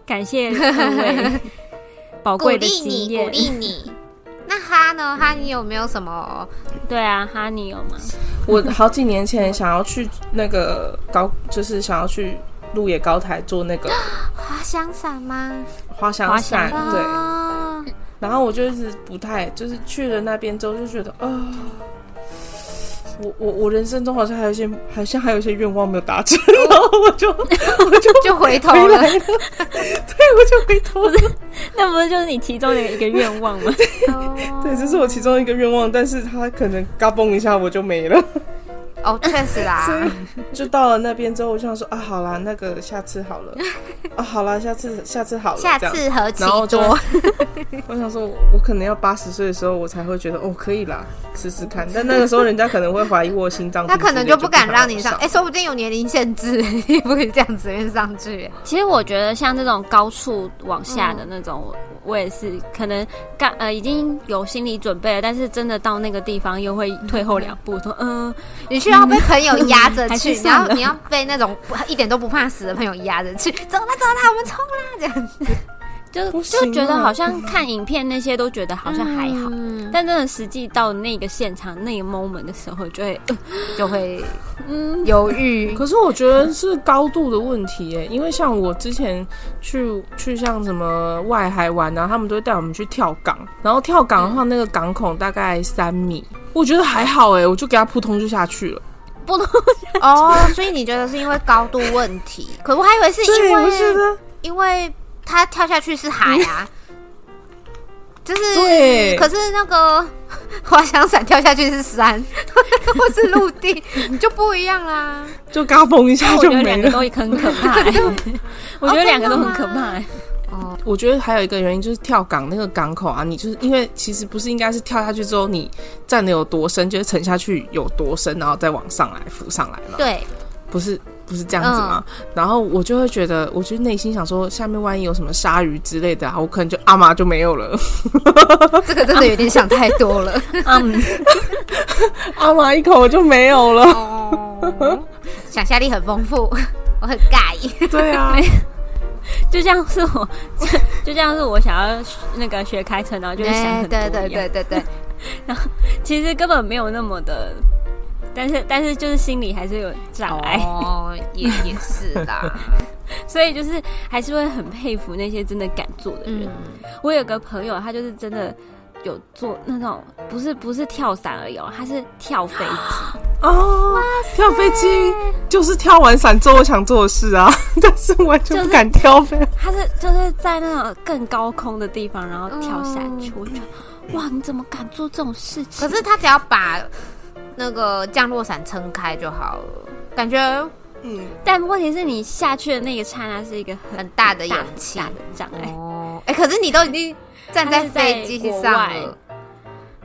[SPEAKER 3] 感谢各 位宝
[SPEAKER 1] 鼓
[SPEAKER 3] 贵的
[SPEAKER 1] 励
[SPEAKER 3] 经
[SPEAKER 1] 你，
[SPEAKER 3] 验
[SPEAKER 1] 鼓。励你。那哈呢？哈，你有没有什么？
[SPEAKER 3] 对啊，哈，你有吗？
[SPEAKER 2] 我好几年前想要去那个高，就是想要去鹿野高台做那个
[SPEAKER 1] 滑翔伞啊吗？
[SPEAKER 2] 滑翔伞，
[SPEAKER 3] 滑
[SPEAKER 2] 对。
[SPEAKER 1] 啊
[SPEAKER 2] 然后我就一直不太，就是去了那边之后就觉得啊、我我我人生中好像还有一些，好像还有一些愿望没有达成，然
[SPEAKER 1] 哦
[SPEAKER 2] 后我就
[SPEAKER 1] 就回头
[SPEAKER 2] 回
[SPEAKER 1] 了
[SPEAKER 2] 来。了，对，我就回 头了。
[SPEAKER 3] 那不是就是你其中的一个愿望吗？
[SPEAKER 2] 对，这是我其中一个愿望，但是他可能嘎嘣一下我就没了。
[SPEAKER 1] 哦，确实啦，
[SPEAKER 2] 所以就到了那边之后，我就想说啊，好啦，那个下次好 了，啊，好啦，下次下次好了，
[SPEAKER 1] 下
[SPEAKER 2] 这样
[SPEAKER 1] 次何其
[SPEAKER 2] 然后就
[SPEAKER 1] 多，
[SPEAKER 2] 我想说我，我可能要八十岁的时候，我才会觉得哦，可以啦，试试看。但那个时候，人家可能会怀疑我心脏 病
[SPEAKER 1] 他
[SPEAKER 2] 之类，
[SPEAKER 1] 可能就不敢让你上，
[SPEAKER 2] 就
[SPEAKER 1] 哎、说不定有年龄限制， 你不可以这样随便上去。
[SPEAKER 3] 其实我觉得像这种高处往下的那种，我我也是可能刚呃已经有心理准备了，但是真的到那个地方又会退后两步，说嗯，
[SPEAKER 1] 你需要被朋友压着
[SPEAKER 3] 还
[SPEAKER 1] 去
[SPEAKER 3] 是，
[SPEAKER 1] 然
[SPEAKER 3] 算
[SPEAKER 1] 后
[SPEAKER 3] 了
[SPEAKER 1] 你要被那种不一点都不怕死的朋友压着去，走啦走啦，我们冲啦，这样
[SPEAKER 3] 就
[SPEAKER 2] 不行啊
[SPEAKER 3] 就觉得好像看影片那些都觉得好像还好，
[SPEAKER 1] 嗯
[SPEAKER 3] 但真的实际到那个现场那个 moment 的时候，就会 呃
[SPEAKER 1] 就会
[SPEAKER 3] 嗯
[SPEAKER 1] 犹豫。
[SPEAKER 2] 可是我觉得是高度的问题耶，因为像我之前去去像什么外海玩啊，他们都会带我们去跳港，然后跳港的话，那个港口大概三米，我觉得还好哎，我就给他扑通就下去了。
[SPEAKER 3] 不能
[SPEAKER 1] 哦，所以你觉得是因为高度问题？可我还以为是
[SPEAKER 2] 对，
[SPEAKER 1] 因
[SPEAKER 2] 我觉
[SPEAKER 1] 为
[SPEAKER 2] 得
[SPEAKER 1] 因为他跳下去是海
[SPEAKER 3] 嗯
[SPEAKER 1] 啊，就是
[SPEAKER 2] 对。
[SPEAKER 1] 可是那个滑翔伞跳下去是山 或是陆地，就不一样啦。
[SPEAKER 2] 就嘎嘣一下
[SPEAKER 3] 我
[SPEAKER 2] 就
[SPEAKER 3] 觉得
[SPEAKER 2] 没
[SPEAKER 3] 两
[SPEAKER 2] 了
[SPEAKER 3] 个。都很可怕、欸 我觉得两个都很可怕、欸
[SPEAKER 1] 哦，
[SPEAKER 2] 我觉得还有一个原因就是跳港那个港口啊，你就是因为其实不是应该是跳下去之后你站的有多深，就是沉下去有多深，然后再往上来浮上来嘛，
[SPEAKER 1] 对，
[SPEAKER 2] 不是不是这样子吗？然后我就会觉得，我就内心想说，下面万一有什么鲨鱼之类的啊，我可能就阿妈就没有了，
[SPEAKER 1] 这个真的有点想太多了。
[SPEAKER 3] 嗯，
[SPEAKER 2] 阿妈一口我就没有了。
[SPEAKER 1] 哦， 想象力很丰富， 我很尬意。
[SPEAKER 2] 对啊，
[SPEAKER 3] 就像是我， 就就像是我想要那个学开车，然后就会想很多一
[SPEAKER 1] 哎对
[SPEAKER 3] 样
[SPEAKER 1] 对对对对，
[SPEAKER 3] 其实根本没有那么的，但是但是就是心里还是有障碍，
[SPEAKER 1] 哦，也也是啦，
[SPEAKER 3] 所以就是还是会很佩服那些真的敢做的人。
[SPEAKER 1] 嗯，
[SPEAKER 3] 我有个朋友，他就是真的有做那种不是不是跳伞而已、哦，他是跳飞 机，
[SPEAKER 2] 哦，跳飞机就是跳完伞之后我想做的事啊， 但是完全不敢跳飞。
[SPEAKER 3] 他是就是在那种更高空的地方，然后跳下去。我就觉得哇，你怎么敢做这种事情？
[SPEAKER 1] 可是他只要把那个降落伞撑开就好了，感觉
[SPEAKER 2] 嗯，
[SPEAKER 3] 但问题是你下去的那个刹那是一个很
[SPEAKER 1] 很大的
[SPEAKER 3] 大
[SPEAKER 1] 勇
[SPEAKER 3] 很
[SPEAKER 1] 气
[SPEAKER 3] 大。的障碍。
[SPEAKER 1] 哦，哎，可是你都已经站在飞机上
[SPEAKER 3] 他是在国
[SPEAKER 1] 了。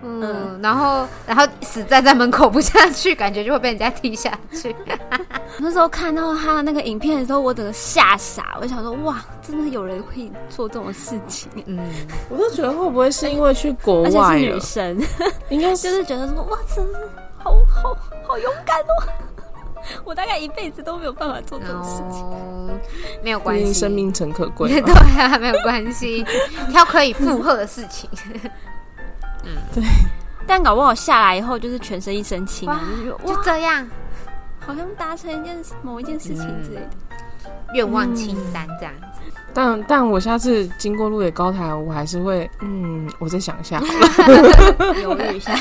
[SPEAKER 1] 嗯，然后然后死站在门口不下去，感觉就会被人家踢下去。
[SPEAKER 3] 那时候看到他的那个影片的时候，我整个吓傻，我就想说哇，真的有人会做这种事情，
[SPEAKER 1] 嗯，
[SPEAKER 2] 我都觉得会不会是因为去国
[SPEAKER 3] 而且
[SPEAKER 2] 外
[SPEAKER 3] 是女
[SPEAKER 2] 了，
[SPEAKER 3] 生，
[SPEAKER 2] 应该
[SPEAKER 3] 就是是觉得说哇，真是好好好勇敢哦！我大概一辈子都没有办法做这种
[SPEAKER 1] 然
[SPEAKER 3] 事情。
[SPEAKER 1] 后哦没有
[SPEAKER 2] 毕
[SPEAKER 1] 关
[SPEAKER 2] 竟
[SPEAKER 1] 系，
[SPEAKER 2] 生命诚可 贵嘛。
[SPEAKER 1] 对啊，没有关系，挑可以负荷的事情。
[SPEAKER 3] 但搞不好下来以后就是全身一身轻
[SPEAKER 1] 哇
[SPEAKER 3] 啊，就觉得
[SPEAKER 1] 就
[SPEAKER 3] 哇，
[SPEAKER 1] 这样，
[SPEAKER 3] 好像达成一件某一件事情之类的。
[SPEAKER 1] 愿望清单这样子。
[SPEAKER 2] 但但我下次经过鹿野高台，我还是会，嗯，我再想 一下。
[SPEAKER 3] 犹豫一下，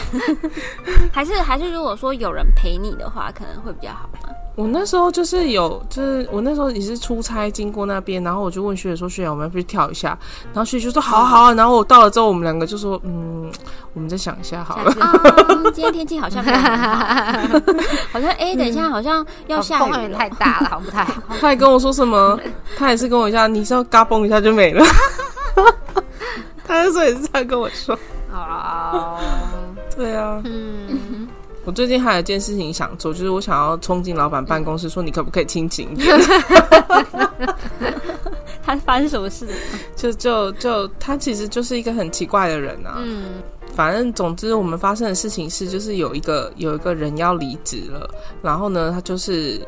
[SPEAKER 3] 还是还是如果说有人陪你的话，可能会比较好嘛。
[SPEAKER 2] 我那时候就是有，就是我那时候也是出差经过那边，然后我就问学姐说：“学姐，我们要不要去跳一下？”然后学姐就说：“好啊好啊。”
[SPEAKER 1] 嗯
[SPEAKER 2] 然后我到了之后，我们两个就说：“嗯，我们再想一下 好了。
[SPEAKER 3] 下次、嗯今天天气好像没有很好，好像哎、等一下好像要下
[SPEAKER 1] 哦
[SPEAKER 2] 哦
[SPEAKER 1] 风有
[SPEAKER 3] 雨
[SPEAKER 1] 点
[SPEAKER 3] 了，
[SPEAKER 1] 太大了，好像不太好。”
[SPEAKER 2] 他还跟我说什么？他也是跟我一下，你是要嘎嘣一下就 没了。他那时候也是这样跟我说。
[SPEAKER 1] 哦，
[SPEAKER 2] 对啊，
[SPEAKER 1] 嗯，
[SPEAKER 2] 我最近还有一件事情想做，就是我想要冲进老板办公
[SPEAKER 1] 嗯
[SPEAKER 2] 室，说你可不可以清醒一点？
[SPEAKER 3] 他发生什么事了？
[SPEAKER 2] 就就就他其实就是一个很奇怪的人啊。
[SPEAKER 1] 嗯，
[SPEAKER 2] 反正总之我们发生的事情是，就是有一个有一个人要离职了，然后呢，他就是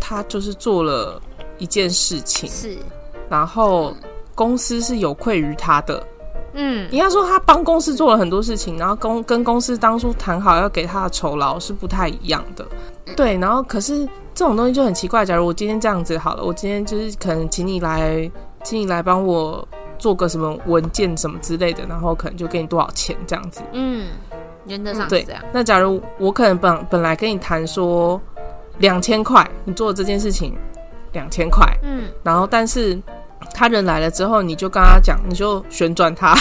[SPEAKER 2] 他就是做了一件事情，
[SPEAKER 1] 是，
[SPEAKER 2] 然后公司是有愧于他的。
[SPEAKER 1] 嗯，
[SPEAKER 2] 应该说他帮公司做了很多事情，然后公跟公司当初谈好要给他的酬劳是不太一样的。对，然后可是这种东西就很奇怪。假如我今天这样子好了，我今天就是可能请你来，请你来帮我做个什么文件什么之类的，然后可能就给你多少钱这样子。
[SPEAKER 1] 嗯，原则上是
[SPEAKER 2] 对
[SPEAKER 1] 这样。
[SPEAKER 2] 那假如我可能本本来跟你谈说两千块，你做这件事情两千块，
[SPEAKER 1] 嗯，
[SPEAKER 2] 然后但是他人来了之后，你就跟他讲，你就旋转他，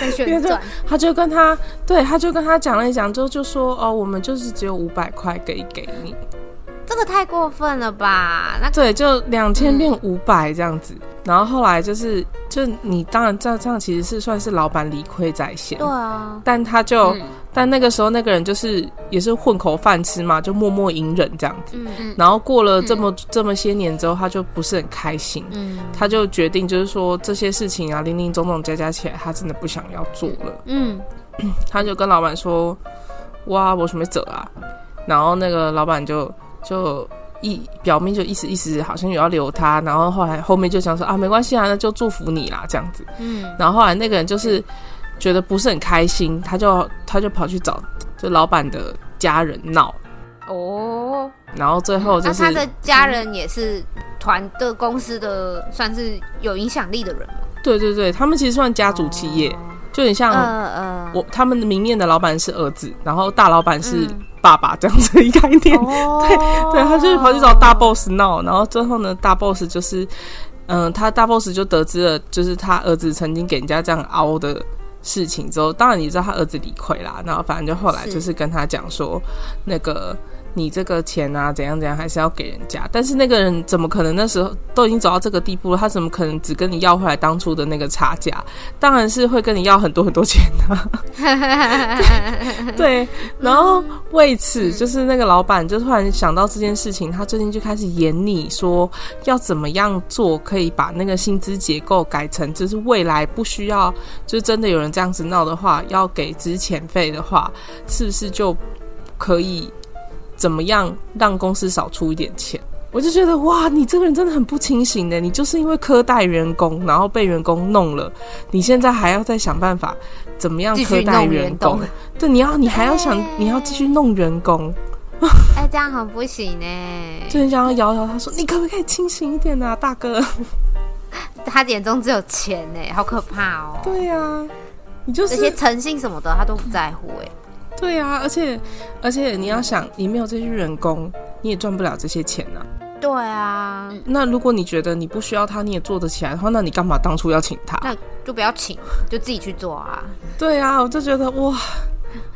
[SPEAKER 1] 被旋 转，
[SPEAKER 2] 他就跟他对，他就跟他讲了一讲之后，就说哦，我们就是只有五百块可以给你，
[SPEAKER 1] 这个太过分了吧？那
[SPEAKER 2] 对，就两千变五百这样子。然后后来就是，就你当然这样这样其实是算是老板理亏在先
[SPEAKER 1] 对，啊，
[SPEAKER 2] 但他就、
[SPEAKER 3] 嗯
[SPEAKER 2] 但那个时候那个人就是也是混口饭吃嘛，就默默隐忍这样子。
[SPEAKER 1] 嗯嗯
[SPEAKER 2] 然后过了这么、这么些年之后，他就不是很开心，
[SPEAKER 1] 嗯
[SPEAKER 2] 他就决定就是说这些事情啊，零零总总加加起来，他真的不想要做了。
[SPEAKER 1] 嗯，
[SPEAKER 2] 他就跟老板说：“哇，我什么折啊？”然后那个老板就就意表面就意思意思好像有要留他，然后后来后面就想说啊，没关系啊，那就祝福你啦这样子。
[SPEAKER 1] 嗯，
[SPEAKER 2] 然后后来那个人就是觉得不是很开心，他就他就跑去找就老板的家人闹，
[SPEAKER 1] 哦，
[SPEAKER 2] 然后最后就
[SPEAKER 1] 那
[SPEAKER 2] 是、
[SPEAKER 1] 啊他的家人也是团的公司的算是有影响力的人吗，
[SPEAKER 2] 对对对，他们其实算家族企
[SPEAKER 1] 哦
[SPEAKER 2] 业，就很像。
[SPEAKER 1] 呃
[SPEAKER 2] 我他们明面的老板是儿子，然后大老板是
[SPEAKER 1] 嗯
[SPEAKER 2] 爸爸这样子一概念，
[SPEAKER 1] 哦，
[SPEAKER 2] 对他就是跑去找大 boss 闹，然后最后呢，大 boss 就是，嗯，他大 boss 就得知了，就是他儿子曾经给人家这样凹的事情之后，当然你知道他儿子理亏啦，然后反正就后来
[SPEAKER 1] 是
[SPEAKER 2] 就是跟他讲说，那个你这个钱啊，怎样怎样，还是要给人家，但是那个人怎么可能那时候都已经走到这个地步了，他怎么可能只跟你要回来当初的那个差价？当然是会跟你要很多很多钱的、啊。对，然后为此，就是那个老板就突然想到这件事情，他最近就开始研拟说要怎么样做可以把那个薪资结构改成，就是未来不需要，就是真的有人这样子闹的话，要给资遣费的话，是不是就可以怎么样让公司少出一点钱？我就觉得哇，你这个人真的很不清醒欸的，你就是因为苛待员工，然后被员工弄了，你现在还要再想办法怎么样
[SPEAKER 1] 继续
[SPEAKER 2] 苛待
[SPEAKER 1] 弄
[SPEAKER 2] 员
[SPEAKER 1] 员
[SPEAKER 2] 工
[SPEAKER 1] 工。
[SPEAKER 2] 对，你要你还要想
[SPEAKER 1] 对，
[SPEAKER 2] 你要继续弄员工，
[SPEAKER 1] 哎，这样很不行哎呢。
[SPEAKER 2] 就很想要摇摇他说，你可不可以清醒一点啊，大哥？
[SPEAKER 1] 他眼中只有钱呢，好可怕哦。
[SPEAKER 2] 对呀、你就
[SPEAKER 1] 这些
[SPEAKER 2] 是
[SPEAKER 1] 诚信什么的，他都不在乎哎。
[SPEAKER 2] 对呀、而且而且你要想，你没有这些员工，你也赚不了这些钱呐、
[SPEAKER 1] 对啊，
[SPEAKER 2] 那如果你觉得你不需要他，你也做得起来的话，那你干嘛当初要请他？
[SPEAKER 1] 那就不要请，就自己去做啊。
[SPEAKER 2] 对啊，我就觉得哇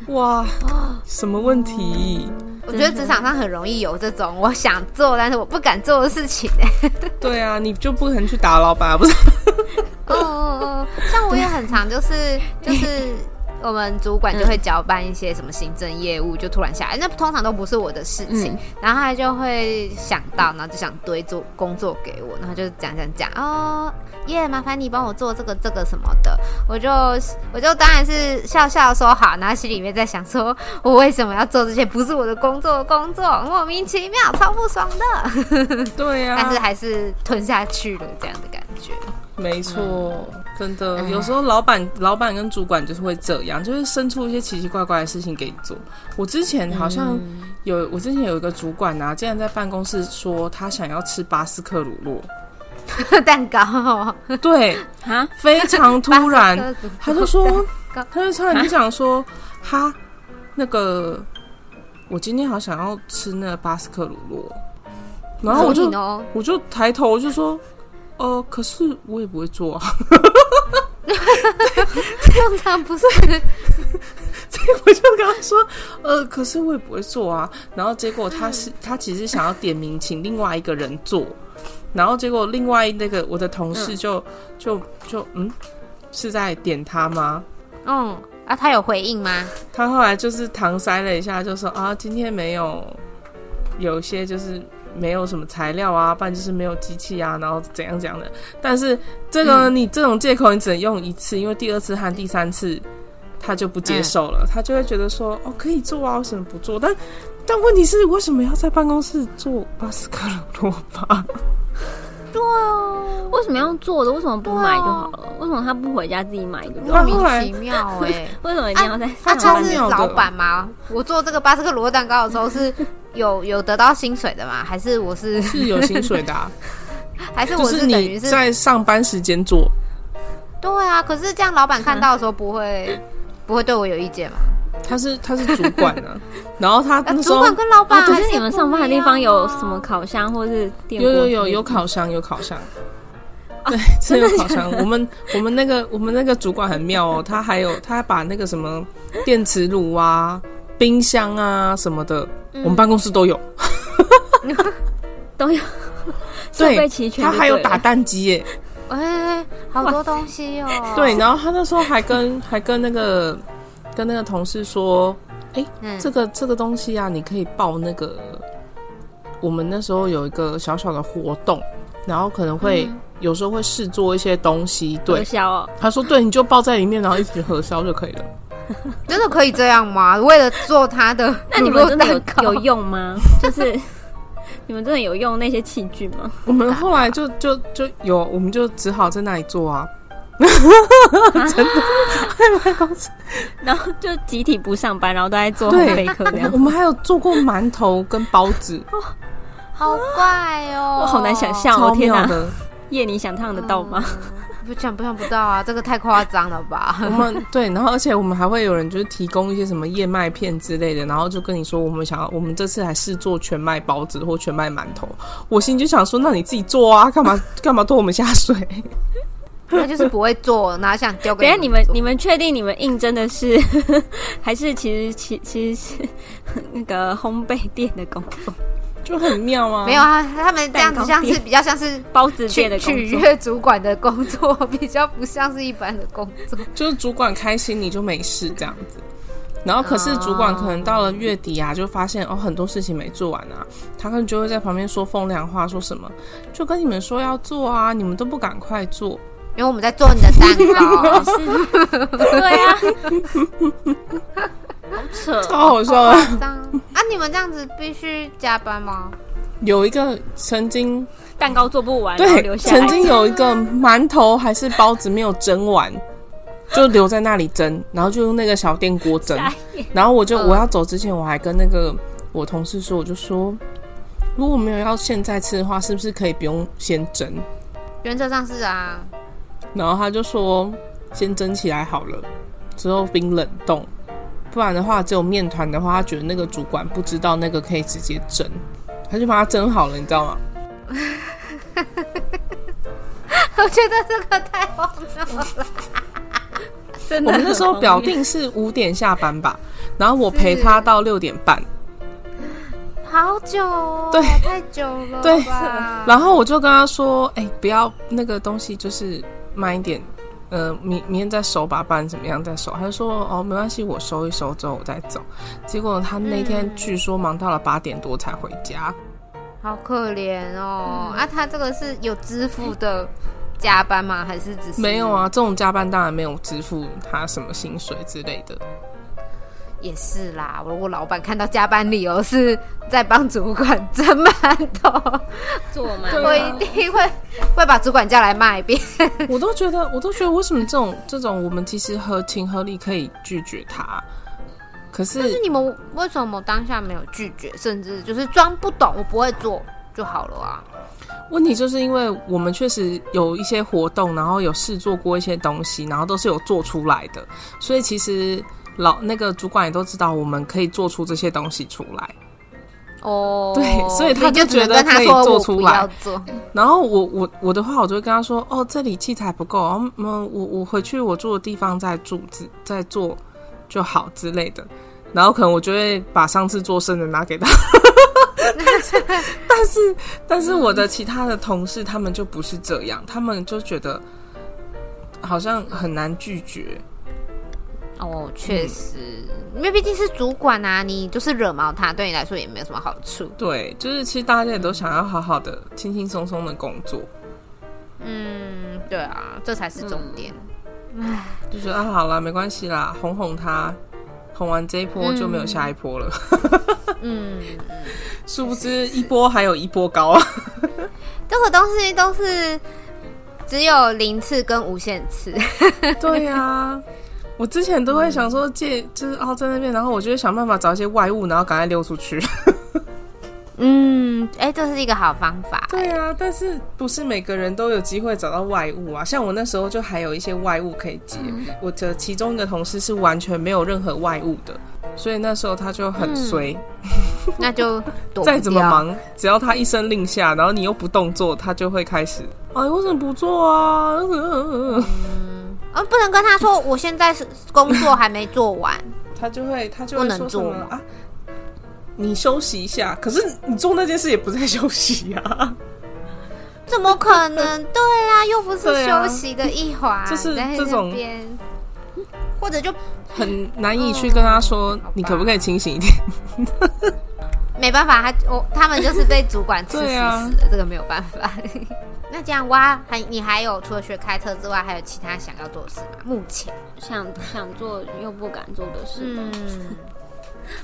[SPEAKER 2] 哇，
[SPEAKER 1] 啊
[SPEAKER 2] 什么问题？
[SPEAKER 1] 我觉得职场上很容易有这种我想做但是我不敢做的事情哎。
[SPEAKER 2] 对啊，你就不可能去打老板啊，不是？
[SPEAKER 1] 哦哦哦，像我也很常就是就是。我们主管就会交办一些什么行政业务，就突然下来，那通常都不是我的事情，
[SPEAKER 3] 嗯
[SPEAKER 1] 然后他就会想到，然后就想堆做工作给我，然后就讲讲讲哦，耶，麻烦你帮我做这个这个什么的，我就我就当然是笑笑说好，然后心里面在想说，我为什么要做这些不是我的工作的工作，莫名其妙，超不爽的，
[SPEAKER 2] 对啊呀、
[SPEAKER 1] 但是还是吞下去了这样的感觉，
[SPEAKER 2] 没错，真的，有时候老板、老板跟主管就是会这样，就是生出一些奇奇怪怪的事情给你做。我之前好像有，我之前有一个主管啊，竟然在办公室说他想要吃巴斯克乳酪，
[SPEAKER 1] 蛋糕。
[SPEAKER 2] 对，
[SPEAKER 3] 啊，
[SPEAKER 2] 非常突然， 他就说，
[SPEAKER 1] 糕
[SPEAKER 2] 他就突然就讲说，哈，那个我今天好想要吃那个巴斯克乳酪，然后我就
[SPEAKER 1] 哦，
[SPEAKER 2] 我就抬头我就说，呃，可是我也不会做啊。
[SPEAKER 1] 通常不是
[SPEAKER 2] 我就跟他说，呃，可是我也不会做啊。然后结果他是他其实想要点名请另外一个人做，然后结果另外那个我的同事就、就就嗯是在点他吗？
[SPEAKER 1] 嗯啊，他有回应吗？
[SPEAKER 2] 他后来就是搪塞了一下，就说啊今天没有，有些就是没有什么材料啊，不然就是没有机器啊，然后怎样怎样的。但是这个呢你这种借口你只能用一次，因为第二次和第三次他就不接受了，他就会觉得说哦可以做啊，为什么不做？但但问题是为什么要在办公室做巴斯克鲁洛巴？
[SPEAKER 1] 对
[SPEAKER 2] 啊
[SPEAKER 1] 哦，
[SPEAKER 3] 为什么要做的？为什么不买就好了？为什么他不回家自己买就好
[SPEAKER 2] 那
[SPEAKER 3] 了？
[SPEAKER 2] 后
[SPEAKER 1] 莫
[SPEAKER 2] 来
[SPEAKER 1] 名其妙哎。
[SPEAKER 3] 为什么一定要在
[SPEAKER 1] 他
[SPEAKER 3] 上
[SPEAKER 1] 啊他
[SPEAKER 3] 班？哦
[SPEAKER 1] 是老板吗？我做这个巴斯克罗蛋糕的时候 是有有得到薪水的吗？还是我是
[SPEAKER 2] 是有薪水的、 啊，
[SPEAKER 1] 还是
[SPEAKER 2] 就
[SPEAKER 1] 我
[SPEAKER 2] 是
[SPEAKER 1] 等
[SPEAKER 2] 你
[SPEAKER 1] 于是
[SPEAKER 2] 在上班时间做。
[SPEAKER 1] 对啊？可是这样老板看到的时候不会 不会对我有意见吗？
[SPEAKER 2] 他是他是主管呢、 然后他
[SPEAKER 1] 啊
[SPEAKER 2] 那时
[SPEAKER 1] 主
[SPEAKER 2] 候哦
[SPEAKER 1] 管跟老板
[SPEAKER 3] 可
[SPEAKER 1] 还
[SPEAKER 3] 是
[SPEAKER 1] 是
[SPEAKER 3] 你们
[SPEAKER 1] 不
[SPEAKER 3] 上班的
[SPEAKER 1] 一
[SPEAKER 3] 地
[SPEAKER 1] 样
[SPEAKER 3] 方有
[SPEAKER 1] 啊
[SPEAKER 3] 什么烤箱或是电
[SPEAKER 2] 有
[SPEAKER 3] 锅之类
[SPEAKER 2] 有
[SPEAKER 3] 的？
[SPEAKER 2] 有有烤箱有烤箱，
[SPEAKER 1] 哦
[SPEAKER 3] 对，
[SPEAKER 2] 真
[SPEAKER 3] 真
[SPEAKER 2] 有
[SPEAKER 3] 的
[SPEAKER 2] 烤箱。我们我们那个我们那个主管很妙哦，他还有他还把那个什么电磁炉啊、冰箱啊什么的，
[SPEAKER 3] 嗯
[SPEAKER 2] 我们办公室都有。
[SPEAKER 3] 都有设
[SPEAKER 2] 对
[SPEAKER 3] 备齐全
[SPEAKER 2] 他
[SPEAKER 3] 就
[SPEAKER 2] 还有
[SPEAKER 3] 对了
[SPEAKER 2] 打蛋机耶，
[SPEAKER 1] 哎、好多东西哦。
[SPEAKER 2] 对。，然后他那时候还跟 还跟那个跟那个同事说，
[SPEAKER 1] 嗯，
[SPEAKER 2] 这个这个东西啊，你可以报那个。我们那时候有一个小小的活动，然后可能会、
[SPEAKER 3] 嗯
[SPEAKER 2] 有时候会试做一些东西。对
[SPEAKER 3] 核，销哦，
[SPEAKER 2] 他说对，你就抱在里面，然后一起核销就可以了。
[SPEAKER 1] 真的可以这样吗？为了做他 的
[SPEAKER 3] 那你
[SPEAKER 1] 乳
[SPEAKER 3] 们
[SPEAKER 1] 酪
[SPEAKER 3] 真的
[SPEAKER 1] 蛋糕
[SPEAKER 3] 有有用吗？ 就是你们真的有用那些器具吗？
[SPEAKER 2] 我们后来就就就有，我们就只好在那里做啊。
[SPEAKER 3] 然后就集体不上班，然后都在做烘
[SPEAKER 2] 对
[SPEAKER 3] 焙课这 样
[SPEAKER 2] 我，们还有做过馒头跟包子，
[SPEAKER 1] 好怪哦！
[SPEAKER 3] 我好难想象哦！
[SPEAKER 2] 超
[SPEAKER 3] 天
[SPEAKER 2] 妙
[SPEAKER 3] 哪，
[SPEAKER 2] 的。
[SPEAKER 3] 夜你想烫得到吗？
[SPEAKER 1] 不想不想不到啊，这个太夸张了吧？
[SPEAKER 2] 我们对，然后而且我们还会有人就是提供一些什么燕麦片之类的，然后就跟你说我们想要，我们这次还试做全麦包子或全麦馒头。我心里就想说，那你自己做啊，干嘛干嘛拖我们下水？
[SPEAKER 1] 他就是不会做，哪想丢给
[SPEAKER 3] 等一下你们
[SPEAKER 1] 做
[SPEAKER 3] 你们确定你们应征的是 还是其实其其实是那个烘焙店的工作，
[SPEAKER 2] 就很妙啊。
[SPEAKER 1] 没有啊？他们这样子
[SPEAKER 3] 蛋糕
[SPEAKER 1] 像是
[SPEAKER 3] 店
[SPEAKER 1] 比较像是
[SPEAKER 3] 包子
[SPEAKER 1] 取
[SPEAKER 3] 店的
[SPEAKER 1] 取
[SPEAKER 3] 工作？
[SPEAKER 1] 悦主管的工作， 比较不像是一般的工作。
[SPEAKER 2] 就是主管开心你就没事这样子。然后可是主管可能到了月底啊，就发现哦很多事情没做完啊，他可能就会在旁边说风凉话，说什么就跟你们说要做啊，你们都不赶快做，
[SPEAKER 1] 因为我们在做你的蛋糕，
[SPEAKER 3] 是，对啊， 好扯哦，
[SPEAKER 2] 超好笑
[SPEAKER 1] 好
[SPEAKER 2] 啊！
[SPEAKER 1] 夸张啊！你们这样子必须加班吗？
[SPEAKER 2] 有一个曾经
[SPEAKER 3] 蛋糕做不完，然后
[SPEAKER 2] 对
[SPEAKER 3] 留下来
[SPEAKER 2] 曾经有一个馒头还是包子没有蒸完，就留在那里 蒸，然后就用那个小电锅蒸，
[SPEAKER 3] 下一页
[SPEAKER 2] 然后我就、
[SPEAKER 1] 嗯
[SPEAKER 2] 我要走之前，我还跟那个我同事说，我就说，如果没有要现在吃的话，是不是可以不用先蒸？
[SPEAKER 1] 原则上是啊，
[SPEAKER 2] 然后他就说，先蒸起来好了，之后冰冷冻，不然的话只有面团的话，他觉得那个主管不知道那个可以直接蒸，他就把它蒸好了，你知道吗？
[SPEAKER 1] 我觉得这个太荒谬了。
[SPEAKER 3] 真
[SPEAKER 2] 我
[SPEAKER 3] 的
[SPEAKER 2] 们
[SPEAKER 3] 很荒谬，
[SPEAKER 2] 那时候表定是五点下班吧，然后我陪他到六点半。
[SPEAKER 1] 好久哦，
[SPEAKER 2] 对
[SPEAKER 1] 太久了吧，
[SPEAKER 2] 对然后我就跟他说：“哎、不要那个东西，就是慢一点，呃，明明天再收吧，不然怎么样再收？”他就说：“哦，没关系，我收一收之后我再走。”结果他那天据说忙到了八点多才回家，
[SPEAKER 1] 好可怜
[SPEAKER 2] 嗯
[SPEAKER 1] 哦。啊，他这个是有支付的加班吗？还是只是
[SPEAKER 2] 没有？啊，这种加班当然没有支付他什么薪水之类的。
[SPEAKER 1] 也是啦，如果老板看到加班理由是在帮主管蒸馒头，
[SPEAKER 3] 做嘛，
[SPEAKER 2] 啊
[SPEAKER 1] 我一定会会把主管叫来骂一遍。
[SPEAKER 2] 我都觉得，我都觉得，为什么这种这种我们其实合情合理可以拒绝他，可是
[SPEAKER 1] 那你们为什么当下没有拒绝，甚至就是装不懂，我不会做就好了啊？
[SPEAKER 2] 问题就是因为我们确实有一些活动，然后有试做过一些东西，然后都是有做出来的，所以其实老那个主管也都知道我们可以做出这些东西出来。
[SPEAKER 1] 哦，
[SPEAKER 2] 对所以他
[SPEAKER 1] 你就
[SPEAKER 2] 就
[SPEAKER 1] 只能
[SPEAKER 2] 觉得
[SPEAKER 1] 跟他
[SPEAKER 2] 可以
[SPEAKER 1] 说
[SPEAKER 2] 做
[SPEAKER 1] 我
[SPEAKER 2] 出
[SPEAKER 1] 不
[SPEAKER 2] 来
[SPEAKER 1] 要做，
[SPEAKER 2] 然后我我我的话，我就会跟他说：“哦，这里器材不够，嗯，嗯我我回去我住的地方再住之再做就好之类的。”然后可能我就会把上次做剩的拿给他， 但是但是但是我的其他的同事他们就不是这样，他们就觉得好像很难拒绝。
[SPEAKER 1] 哦，
[SPEAKER 2] 嗯
[SPEAKER 1] 确实，因为毕竟是主管啊，你就是惹毛他，对你来说也没有什么好处。
[SPEAKER 2] 对，就是其实大家也都想要好好的、轻轻松松的工作，
[SPEAKER 1] 嗯，对啊，这才是重点。
[SPEAKER 2] 就觉得啊，好啦，没关系啦，哄哄他，哄完这一波就没有下一波了。
[SPEAKER 1] 嗯，
[SPEAKER 2] 殊不知一波还有一波高啊！
[SPEAKER 1] 这个东西都是只有零次跟无限次。
[SPEAKER 2] 对呀、我之前都会想说借，就是哦在那边，然后我就会想办法找一些外物，然后赶快溜出去。
[SPEAKER 1] 嗯，哎、这是一个好方法、哎
[SPEAKER 2] 对呀、但是不是每个人都有机会找到外物啊？像我那时候就还有一些外物可以接，我的其中一个同事是完全没有任何外物的，所以那时候他就很衰。
[SPEAKER 1] 那就躲不掉
[SPEAKER 2] 再怎么，忙，只嗯要他一声令下，然后你又不动作，他就会开始。哎，为什么不做啊？ 呃呃呃
[SPEAKER 1] 呃，不能跟他说我现在是工作还没做 完，
[SPEAKER 2] 他就会他就
[SPEAKER 1] 不
[SPEAKER 2] 会
[SPEAKER 1] 能
[SPEAKER 2] 说什
[SPEAKER 1] 做
[SPEAKER 2] 么
[SPEAKER 1] 吗
[SPEAKER 2] 啊？你休息一下，可是你做那件事也不在休息啊，
[SPEAKER 1] 怎么可能？对啊，又不是
[SPEAKER 2] 对啊
[SPEAKER 1] 休息的一环，
[SPEAKER 2] 就是
[SPEAKER 1] 在那
[SPEAKER 2] 这种
[SPEAKER 1] 边或者就
[SPEAKER 2] 很难以去跟他说
[SPEAKER 1] 嗯好吧，
[SPEAKER 2] 你可不可以清醒一点？
[SPEAKER 1] 没办法，他我他们就是被主管吃 死死
[SPEAKER 2] 对啊
[SPEAKER 1] 的，这个没有办法。 那这样哇，还你还有除了学开车之外，还有其他想要做的事吗？目前，
[SPEAKER 3] 想想做又不敢做的事。
[SPEAKER 1] 嗯，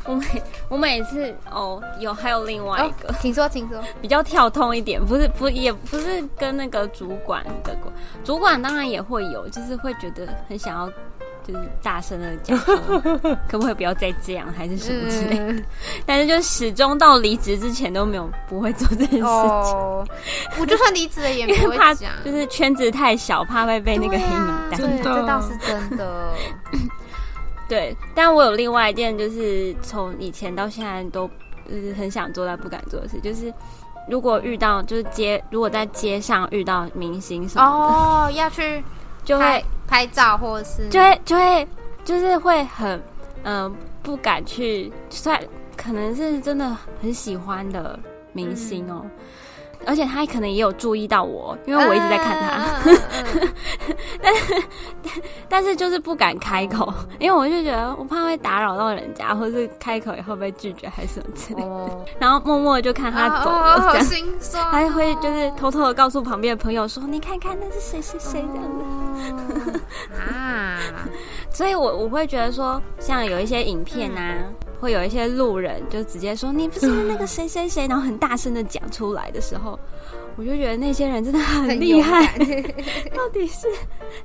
[SPEAKER 3] 我每我每次哦，有还有另外一个、
[SPEAKER 1] 请说，请说。
[SPEAKER 3] 比较跳通一点，不是不也不是跟那个主管的关，主管当然也会有，就是会觉得很想要。就是大声的讲说，可不可以不要再这样，还是 什么之类的
[SPEAKER 1] 嗯，
[SPEAKER 3] 但是就始终到离职之前都没有不会做这 件事情，
[SPEAKER 1] 哦，我就算离职了也
[SPEAKER 3] 因
[SPEAKER 1] 不
[SPEAKER 3] 为
[SPEAKER 1] 会
[SPEAKER 3] 怕
[SPEAKER 1] 讲，
[SPEAKER 3] 就是圈子太小，怕会被那个黑名单。
[SPEAKER 1] 对啊
[SPEAKER 2] 真的
[SPEAKER 1] 这倒是真的。
[SPEAKER 3] 对，但我有另外一件，就是从以前到现在都就是很想做但不敢做的事，就是如果遇到就是街，如果在街上遇到明星什么的，
[SPEAKER 1] 哦，要去
[SPEAKER 3] 嗯就
[SPEAKER 1] 拍
[SPEAKER 3] 会
[SPEAKER 1] 拍照或者是
[SPEAKER 3] 就会就会就是会很嗯、呃不敢去，算可能是真的很喜欢的明星
[SPEAKER 1] 嗯
[SPEAKER 3] 哦。而且他可能也有注意到我，因为我一直在看他，
[SPEAKER 1] 他。嗯嗯
[SPEAKER 3] 但是就是不敢开口，因为我就觉得我怕会打扰到人家，或是开口以后被拒绝还是什么之类
[SPEAKER 1] 嗯
[SPEAKER 3] 的。
[SPEAKER 1] 哦，
[SPEAKER 3] 然后默默地就看他走
[SPEAKER 1] 哦
[SPEAKER 3] 了，
[SPEAKER 1] 好
[SPEAKER 3] 这样。
[SPEAKER 1] 心酸哦。
[SPEAKER 3] 他会就是偷偷的告诉旁边的朋友说：“你看看那是谁谁谁这样子。
[SPEAKER 1] 子啊，
[SPEAKER 3] 所以我我会觉得说，像有一些影片
[SPEAKER 1] 嗯
[SPEAKER 3] 啊，会有一些路人就直接说：“你不是那个谁谁谁”，然后很大声的讲出来的时候，我就觉得那些人真的很厉害。
[SPEAKER 1] 很勇 敢。
[SPEAKER 3] 到底是，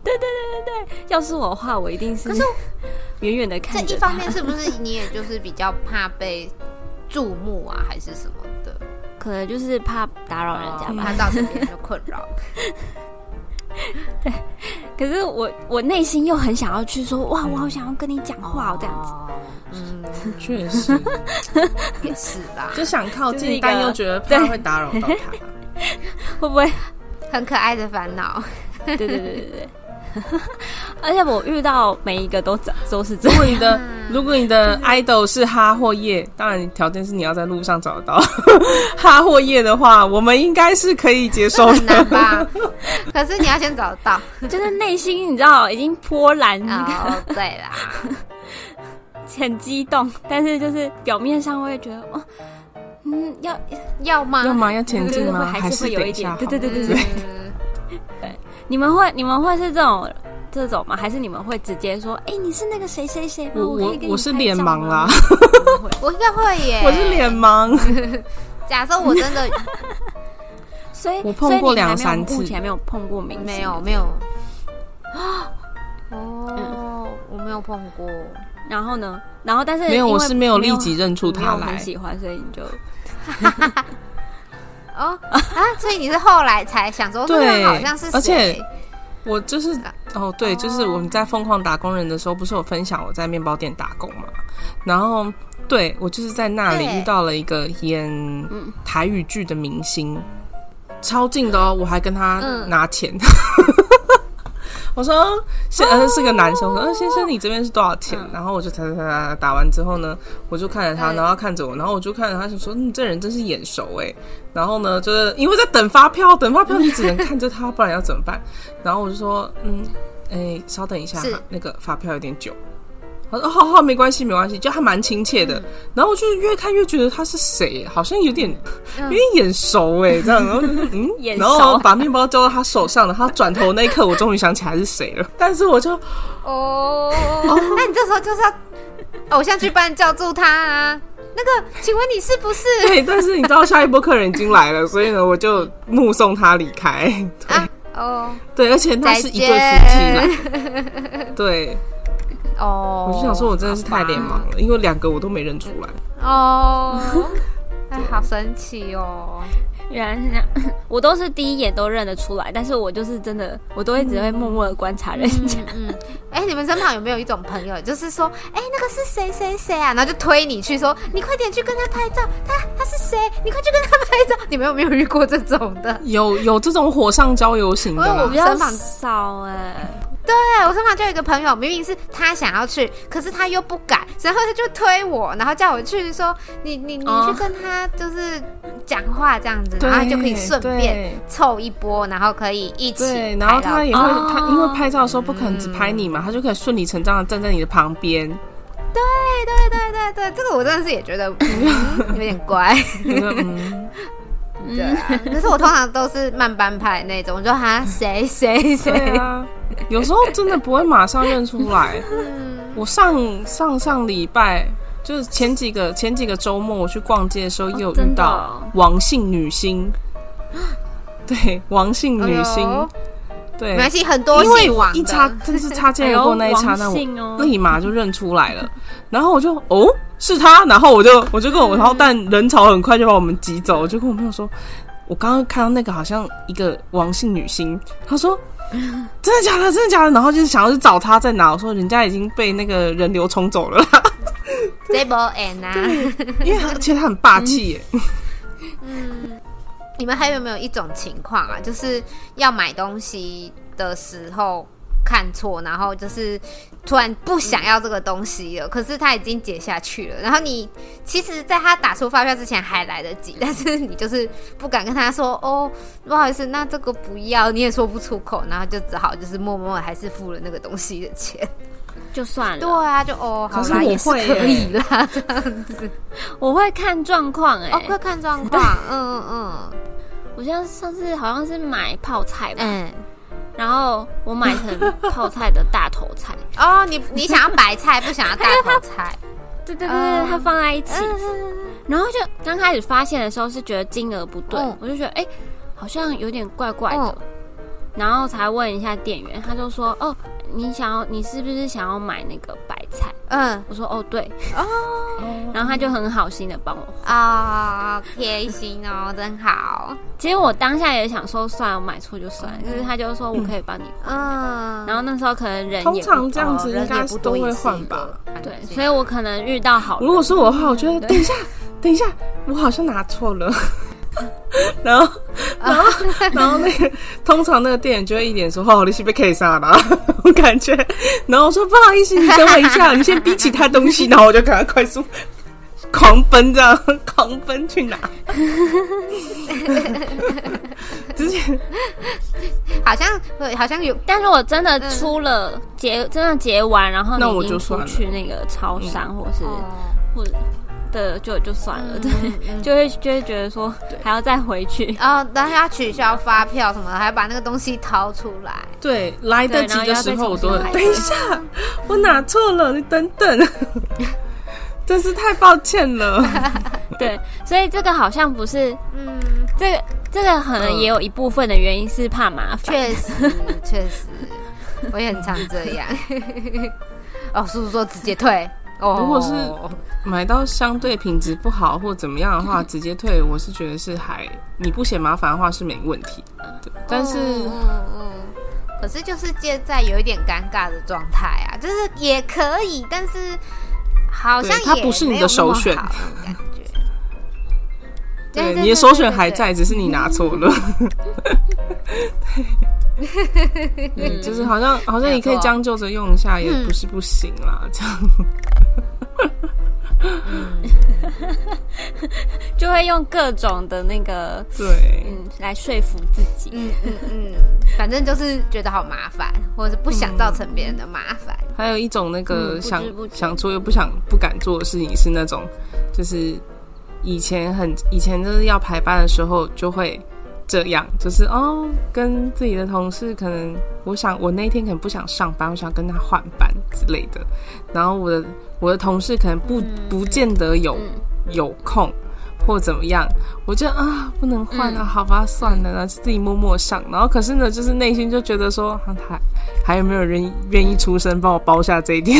[SPEAKER 3] 对对对对对，要是我的话，我一定是。
[SPEAKER 1] 可是
[SPEAKER 3] 远远的
[SPEAKER 1] 这
[SPEAKER 3] 看
[SPEAKER 1] 一
[SPEAKER 3] 着
[SPEAKER 1] 方
[SPEAKER 3] 他，
[SPEAKER 1] 面是不是你也就是比较怕被注目啊，还是什么的？
[SPEAKER 3] 可能就是怕打扰人家吧
[SPEAKER 1] 怕。造成别人的困 扰。嗯
[SPEAKER 3] 可是我我内心又很想要去说，哇，我好想要跟你讲话、哦，这样子。
[SPEAKER 1] 嗯，
[SPEAKER 2] 确 实，
[SPEAKER 1] 也是啦，
[SPEAKER 2] 就想靠
[SPEAKER 3] 就是一
[SPEAKER 2] 近，
[SPEAKER 3] 个
[SPEAKER 2] 但又觉得怕
[SPEAKER 3] 对
[SPEAKER 2] 会打扰到 他。
[SPEAKER 1] 哦
[SPEAKER 3] 会不会
[SPEAKER 1] 很可爱的烦恼。
[SPEAKER 3] 对对对对对。 而且我遇到每一个都长都是这
[SPEAKER 2] 如
[SPEAKER 3] 样，
[SPEAKER 2] 果 你的如果你的 idol 是哈或叶，当然条件是你要在路上找得到 哈或叶的话，我们应该是可以接受
[SPEAKER 3] 哦
[SPEAKER 1] 很
[SPEAKER 2] 的
[SPEAKER 1] 难。吧？可是你要先找到。
[SPEAKER 3] 就是内心你知道已经波澜，
[SPEAKER 1] 哦，对啦，
[SPEAKER 3] 很激动，但是就是表面上会觉得哦，嗯，要
[SPEAKER 1] 要吗？
[SPEAKER 2] 要吗？要前
[SPEAKER 3] 就是
[SPEAKER 2] 进
[SPEAKER 3] 会
[SPEAKER 2] 吗？
[SPEAKER 3] 啊还是
[SPEAKER 2] 是
[SPEAKER 3] 会有
[SPEAKER 2] 等
[SPEAKER 3] 一
[SPEAKER 2] 下
[SPEAKER 3] 点
[SPEAKER 2] 好？，
[SPEAKER 3] 对对对对对，
[SPEAKER 1] 嗯，
[SPEAKER 3] 你们会你们会是这种这种吗？还是你们会直接说，哎，你是那个谁谁谁吗？
[SPEAKER 2] 我
[SPEAKER 3] 我可以
[SPEAKER 2] 我
[SPEAKER 3] 跟你
[SPEAKER 2] 我是
[SPEAKER 3] 拍
[SPEAKER 2] 脸
[SPEAKER 3] 照
[SPEAKER 2] 盲
[SPEAKER 3] 吗
[SPEAKER 2] 啦，
[SPEAKER 3] 你们会
[SPEAKER 1] 我应该会耶。
[SPEAKER 2] 我是脸。盲，
[SPEAKER 1] 假设我 真的
[SPEAKER 3] 所以
[SPEAKER 2] 我碰
[SPEAKER 3] 所以
[SPEAKER 2] 过
[SPEAKER 3] 你还
[SPEAKER 2] 两
[SPEAKER 3] 没有
[SPEAKER 2] 三次
[SPEAKER 3] 目前没有碰过明星，
[SPEAKER 1] 没有没有 啊，
[SPEAKER 3] 嗯
[SPEAKER 1] 哦，我没有碰过。
[SPEAKER 3] 然后呢？然后但是
[SPEAKER 2] 没有，
[SPEAKER 3] 因
[SPEAKER 2] 我
[SPEAKER 3] 为
[SPEAKER 2] 是没有立即认出
[SPEAKER 3] 你没有
[SPEAKER 2] 他
[SPEAKER 3] 很
[SPEAKER 2] 来。
[SPEAKER 3] 喜欢，所以你就
[SPEAKER 1] 哦啊，所以你是后来才想说，
[SPEAKER 2] 对
[SPEAKER 1] 那个好像是谁，
[SPEAKER 2] 而且我就是
[SPEAKER 1] 啊
[SPEAKER 2] 哦，对，就是我们在疯狂打工人的时候，不是有分享我在面包店打工嘛？然后对我就是在那里
[SPEAKER 1] 对
[SPEAKER 2] 遇到了一个演
[SPEAKER 3] 嗯，
[SPEAKER 2] 台语剧的明星，超近的哦，我还跟他
[SPEAKER 1] 嗯
[SPEAKER 2] 拿钱。 我说先，
[SPEAKER 1] 哦
[SPEAKER 2] 呃，是个男生。我说，呃，先生，你这边是多少钱？然后我就打打打打打完之后呢，我就看着他，
[SPEAKER 1] 嗯
[SPEAKER 2] 然后他看着我，然后我就看着他，想说，嗯，这人真是眼熟哎。然后呢，就是因为在等发票，等发票你只能看着他，不然要怎么办？然后我就说，嗯，哎，稍等一下
[SPEAKER 1] 是，
[SPEAKER 2] 那个发票有点久。他说，哦，好好，没关系，没关系，就还蛮亲切的。
[SPEAKER 1] 嗯
[SPEAKER 2] 然后我就越看越觉得他是谁，好像有点有
[SPEAKER 1] 嗯
[SPEAKER 2] 点眼熟哎，这样，然后就说嗯
[SPEAKER 3] 眼熟
[SPEAKER 2] 然后把面包交到他手上了，他转头那一刻，我终于想起来是 谁了。但是我就
[SPEAKER 1] 哦，那你这时候就是要哦偶像剧般叫住他啊。那个，请问你是不是
[SPEAKER 2] 对，但是你知道下一波客人已经来了，所以呢，我就目送他离开。对、
[SPEAKER 1] 啊？哦
[SPEAKER 2] 对，而且那是一对夫妻
[SPEAKER 1] 再
[SPEAKER 2] 来 的，对，
[SPEAKER 1] 哦，
[SPEAKER 2] 我就想说，我真的是太
[SPEAKER 1] 好吧
[SPEAKER 2] 脸盲了，因为两个我都没认出来。
[SPEAKER 1] 哦，哎，好神奇 哦！
[SPEAKER 3] 原来是这样， 我都是第一眼都认得出来，但是我就是真的，我都会只会默默的观察人家。
[SPEAKER 1] 嗯，哎、你们身旁有没有一种朋友，就是说，哎、那个是谁谁谁啊，然后就推你去说，你快点去跟他拍照，他他是谁，你快去跟他拍照。你们有没有遇过这种的？
[SPEAKER 2] 有有这种火上浇油型的
[SPEAKER 1] 哦我
[SPEAKER 2] 啦
[SPEAKER 1] 比
[SPEAKER 3] 比
[SPEAKER 1] 较
[SPEAKER 3] 较少哎、
[SPEAKER 1] 对我身旁就有一个朋友，明明是他想要去，可是他又不敢，然后他就推我，然后叫我去说，你你你
[SPEAKER 3] 哦
[SPEAKER 1] 去跟他就是讲话这样子，
[SPEAKER 2] 对
[SPEAKER 1] 然啊后就可以顺便
[SPEAKER 2] 对
[SPEAKER 1] 凑一波，然后可以一起
[SPEAKER 2] 对，然
[SPEAKER 1] 拍
[SPEAKER 2] 后
[SPEAKER 1] 到
[SPEAKER 2] 他也会，
[SPEAKER 3] 哦
[SPEAKER 2] 他因为拍照的时候不可能只拍你嘛，他就可以顺理成章的站在你的旁 边，
[SPEAKER 1] 对对对对对，这个我真的是也觉得、 嗯、有点怪。
[SPEAKER 2] 就说嗯，
[SPEAKER 1] 对啊， 可是我通常都是慢半拍那种，我就哈谁谁
[SPEAKER 2] 对
[SPEAKER 1] 谁，
[SPEAKER 2] 啊，有时候真的不会马上认出 来。
[SPEAKER 1] 嗯
[SPEAKER 2] 我上上上礼拜就是前几个前几个周末，我去逛街的时候，也有
[SPEAKER 3] 真
[SPEAKER 2] 遇
[SPEAKER 3] 的
[SPEAKER 2] 到
[SPEAKER 3] 哦
[SPEAKER 2] 王姓 女星，对，王姓女星，
[SPEAKER 1] 哎呦
[SPEAKER 2] 对
[SPEAKER 1] 没，关系，很多
[SPEAKER 2] 因为
[SPEAKER 1] 姓王
[SPEAKER 2] 一
[SPEAKER 1] 的
[SPEAKER 2] 擦，真是擦
[SPEAKER 3] 哎
[SPEAKER 2] 肩而
[SPEAKER 3] 呦，
[SPEAKER 2] 过那一刹那，
[SPEAKER 3] 王
[SPEAKER 2] 我
[SPEAKER 3] 姓哦，
[SPEAKER 2] 立马就认出来了。然后我就哦是他，然后我就我就跟我，然后但人潮很快就把我们挤走，我就跟我朋友说，我刚刚看到那个好像一个王姓女星，他说。真的假的？真的假的？然后就是想要去找他在哪，我说人家已经被那个人流冲走了，
[SPEAKER 1] 这波 N 啊，
[SPEAKER 2] 因为他而且他很霸气耶。
[SPEAKER 1] 你们还有没有一种情况啊？就是要买东西的时候看错，然后就是突然不想要这个东西了，可是他已经解下去了，然后你其实在他打出发票之前还来得及，但是你就是不敢跟他说哦，不好意思，那这个不要，你也说不出口，然后就只好就是默默地还是付了那个东西的钱。
[SPEAKER 3] 就 算
[SPEAKER 1] 对
[SPEAKER 3] 了。
[SPEAKER 1] 啊，就哦，好
[SPEAKER 2] 可是
[SPEAKER 1] 啦，
[SPEAKER 2] 我
[SPEAKER 1] 也是
[SPEAKER 2] 会
[SPEAKER 1] 可
[SPEAKER 2] 耶
[SPEAKER 1] 以啦，这样子。
[SPEAKER 3] 我会看状况哎、
[SPEAKER 1] 哦，快看状况，嗯嗯
[SPEAKER 3] 我像上次好像是买泡菜
[SPEAKER 1] 嗯
[SPEAKER 3] 吧，
[SPEAKER 1] 嗯。
[SPEAKER 3] 然后我买成泡菜的大头菜，
[SPEAKER 1] 哦，你你想要白菜，不想 要大头菜。
[SPEAKER 3] 对对对，
[SPEAKER 1] 嗯
[SPEAKER 3] 对它放在一起，
[SPEAKER 1] 嗯
[SPEAKER 3] 然后就刚开始发现的时候是觉得金额不对，
[SPEAKER 1] 嗯
[SPEAKER 3] 我就觉得哎、好像有点怪怪的，然后才问一下店员，他就说哦，你想要你是不是想要买那个白菜？
[SPEAKER 1] 嗯哦
[SPEAKER 3] 我说哦对，然后他就很好心的帮我换。
[SPEAKER 1] 啊，贴、心哦，真好。
[SPEAKER 3] 其实我当下也想说算了，我买错就算了，
[SPEAKER 2] 嗯
[SPEAKER 3] 可是他就说我可以帮你换。
[SPEAKER 1] 嗯，
[SPEAKER 3] 然后那时候可能人也
[SPEAKER 2] 通
[SPEAKER 3] 不
[SPEAKER 2] 常这样
[SPEAKER 1] 哦
[SPEAKER 2] 子应
[SPEAKER 1] 人也
[SPEAKER 2] 该
[SPEAKER 1] 不
[SPEAKER 2] 是
[SPEAKER 1] 多
[SPEAKER 2] 都
[SPEAKER 1] 也
[SPEAKER 2] 会
[SPEAKER 1] 是一
[SPEAKER 2] 换
[SPEAKER 1] 个
[SPEAKER 2] 吧。
[SPEAKER 1] 环
[SPEAKER 3] 对，
[SPEAKER 1] 境
[SPEAKER 3] 所以我可能遇到好人。
[SPEAKER 2] 如果是我的话，我觉得等一下，等一下，我好像拿错了。 然后， 然后，然后那个通常那个店员就会一脸说：“哦，你是被 K 杀了。” 我感觉，然后我说：“不好意思，你等我一 下，你先比起他东西。”然后我就赶快快速狂奔，这样 狂奔去拿。之前
[SPEAKER 1] 好像对，好像有
[SPEAKER 3] 但如果真的出了结，真的结完，然后
[SPEAKER 2] 嗯那我
[SPEAKER 3] 你已
[SPEAKER 2] 就
[SPEAKER 3] 经
[SPEAKER 2] 算
[SPEAKER 3] 出
[SPEAKER 2] 了嗯
[SPEAKER 3] 去那个超商或是
[SPEAKER 1] 哦，
[SPEAKER 3] 或者的，就就算了，对，
[SPEAKER 1] 嗯
[SPEAKER 3] 就会就会觉得说还要再回 去。
[SPEAKER 1] 哦，但是要取消发票什么的，还要把那个东西掏出来。
[SPEAKER 2] 对来得
[SPEAKER 3] 对
[SPEAKER 2] 及
[SPEAKER 3] 然后
[SPEAKER 2] 的
[SPEAKER 3] 要
[SPEAKER 2] 时
[SPEAKER 3] 被
[SPEAKER 2] 候，我
[SPEAKER 3] 重
[SPEAKER 2] 都会
[SPEAKER 3] 新来
[SPEAKER 2] 等一下，我拿错了，你等等， 真是太抱歉了。
[SPEAKER 3] 对，所以这个好像不是
[SPEAKER 1] 嗯，
[SPEAKER 3] 这个这个可能
[SPEAKER 2] 嗯
[SPEAKER 3] 也有一部分的原因是怕麻烦。
[SPEAKER 1] 确实 确实，我也很常这 样。哦，叔叔说直接退。哦，
[SPEAKER 2] 如果是买到相对品质不好或怎么样的话，直接退，我是觉得是还你不嫌麻烦的话是没问题。对，但是、
[SPEAKER 1] 嗯嗯嗯，可是就是介在有一点尴尬的状态啊，就是也可以，但是好像
[SPEAKER 2] 对它
[SPEAKER 1] 也
[SPEAKER 2] 不是你
[SPEAKER 1] 没
[SPEAKER 2] 的
[SPEAKER 1] 有
[SPEAKER 2] 首
[SPEAKER 1] 那么
[SPEAKER 2] 选
[SPEAKER 1] 好的感觉。对
[SPEAKER 2] 对
[SPEAKER 1] 对
[SPEAKER 2] 你的首选
[SPEAKER 1] 对
[SPEAKER 2] 还在，只是你拿错 了。对，就是好像好像
[SPEAKER 1] 没
[SPEAKER 2] 你可以
[SPEAKER 1] 错啊
[SPEAKER 2] 将就着用一下，也不是不行啦。这样
[SPEAKER 3] 就会用各种的那个
[SPEAKER 2] 对，
[SPEAKER 3] 嗯来说服自己。
[SPEAKER 1] 嗯嗯嗯，反正就是觉得好麻烦，或者是不想造成别人的麻烦。
[SPEAKER 2] 还有一种那
[SPEAKER 3] 嗯
[SPEAKER 2] 个
[SPEAKER 3] 不
[SPEAKER 2] 想、
[SPEAKER 3] 知不觉
[SPEAKER 2] 想做又不想不敢做的事情，是那种就是以前很以前就是要排班的时候就会这样，就是哦跟自己的同事可能我想我那天可能不想上班，我想跟他换班之类的，然后我的我的同事可能不、
[SPEAKER 3] 嗯
[SPEAKER 2] 不见得有、有空。或怎么样，我就啊不能换
[SPEAKER 3] 嗯
[SPEAKER 2] 了、好吧，算了，然后就自己默默上。然后可是呢，就是内心就觉得说，啊、还还有没有人愿意出声帮我包下这一点？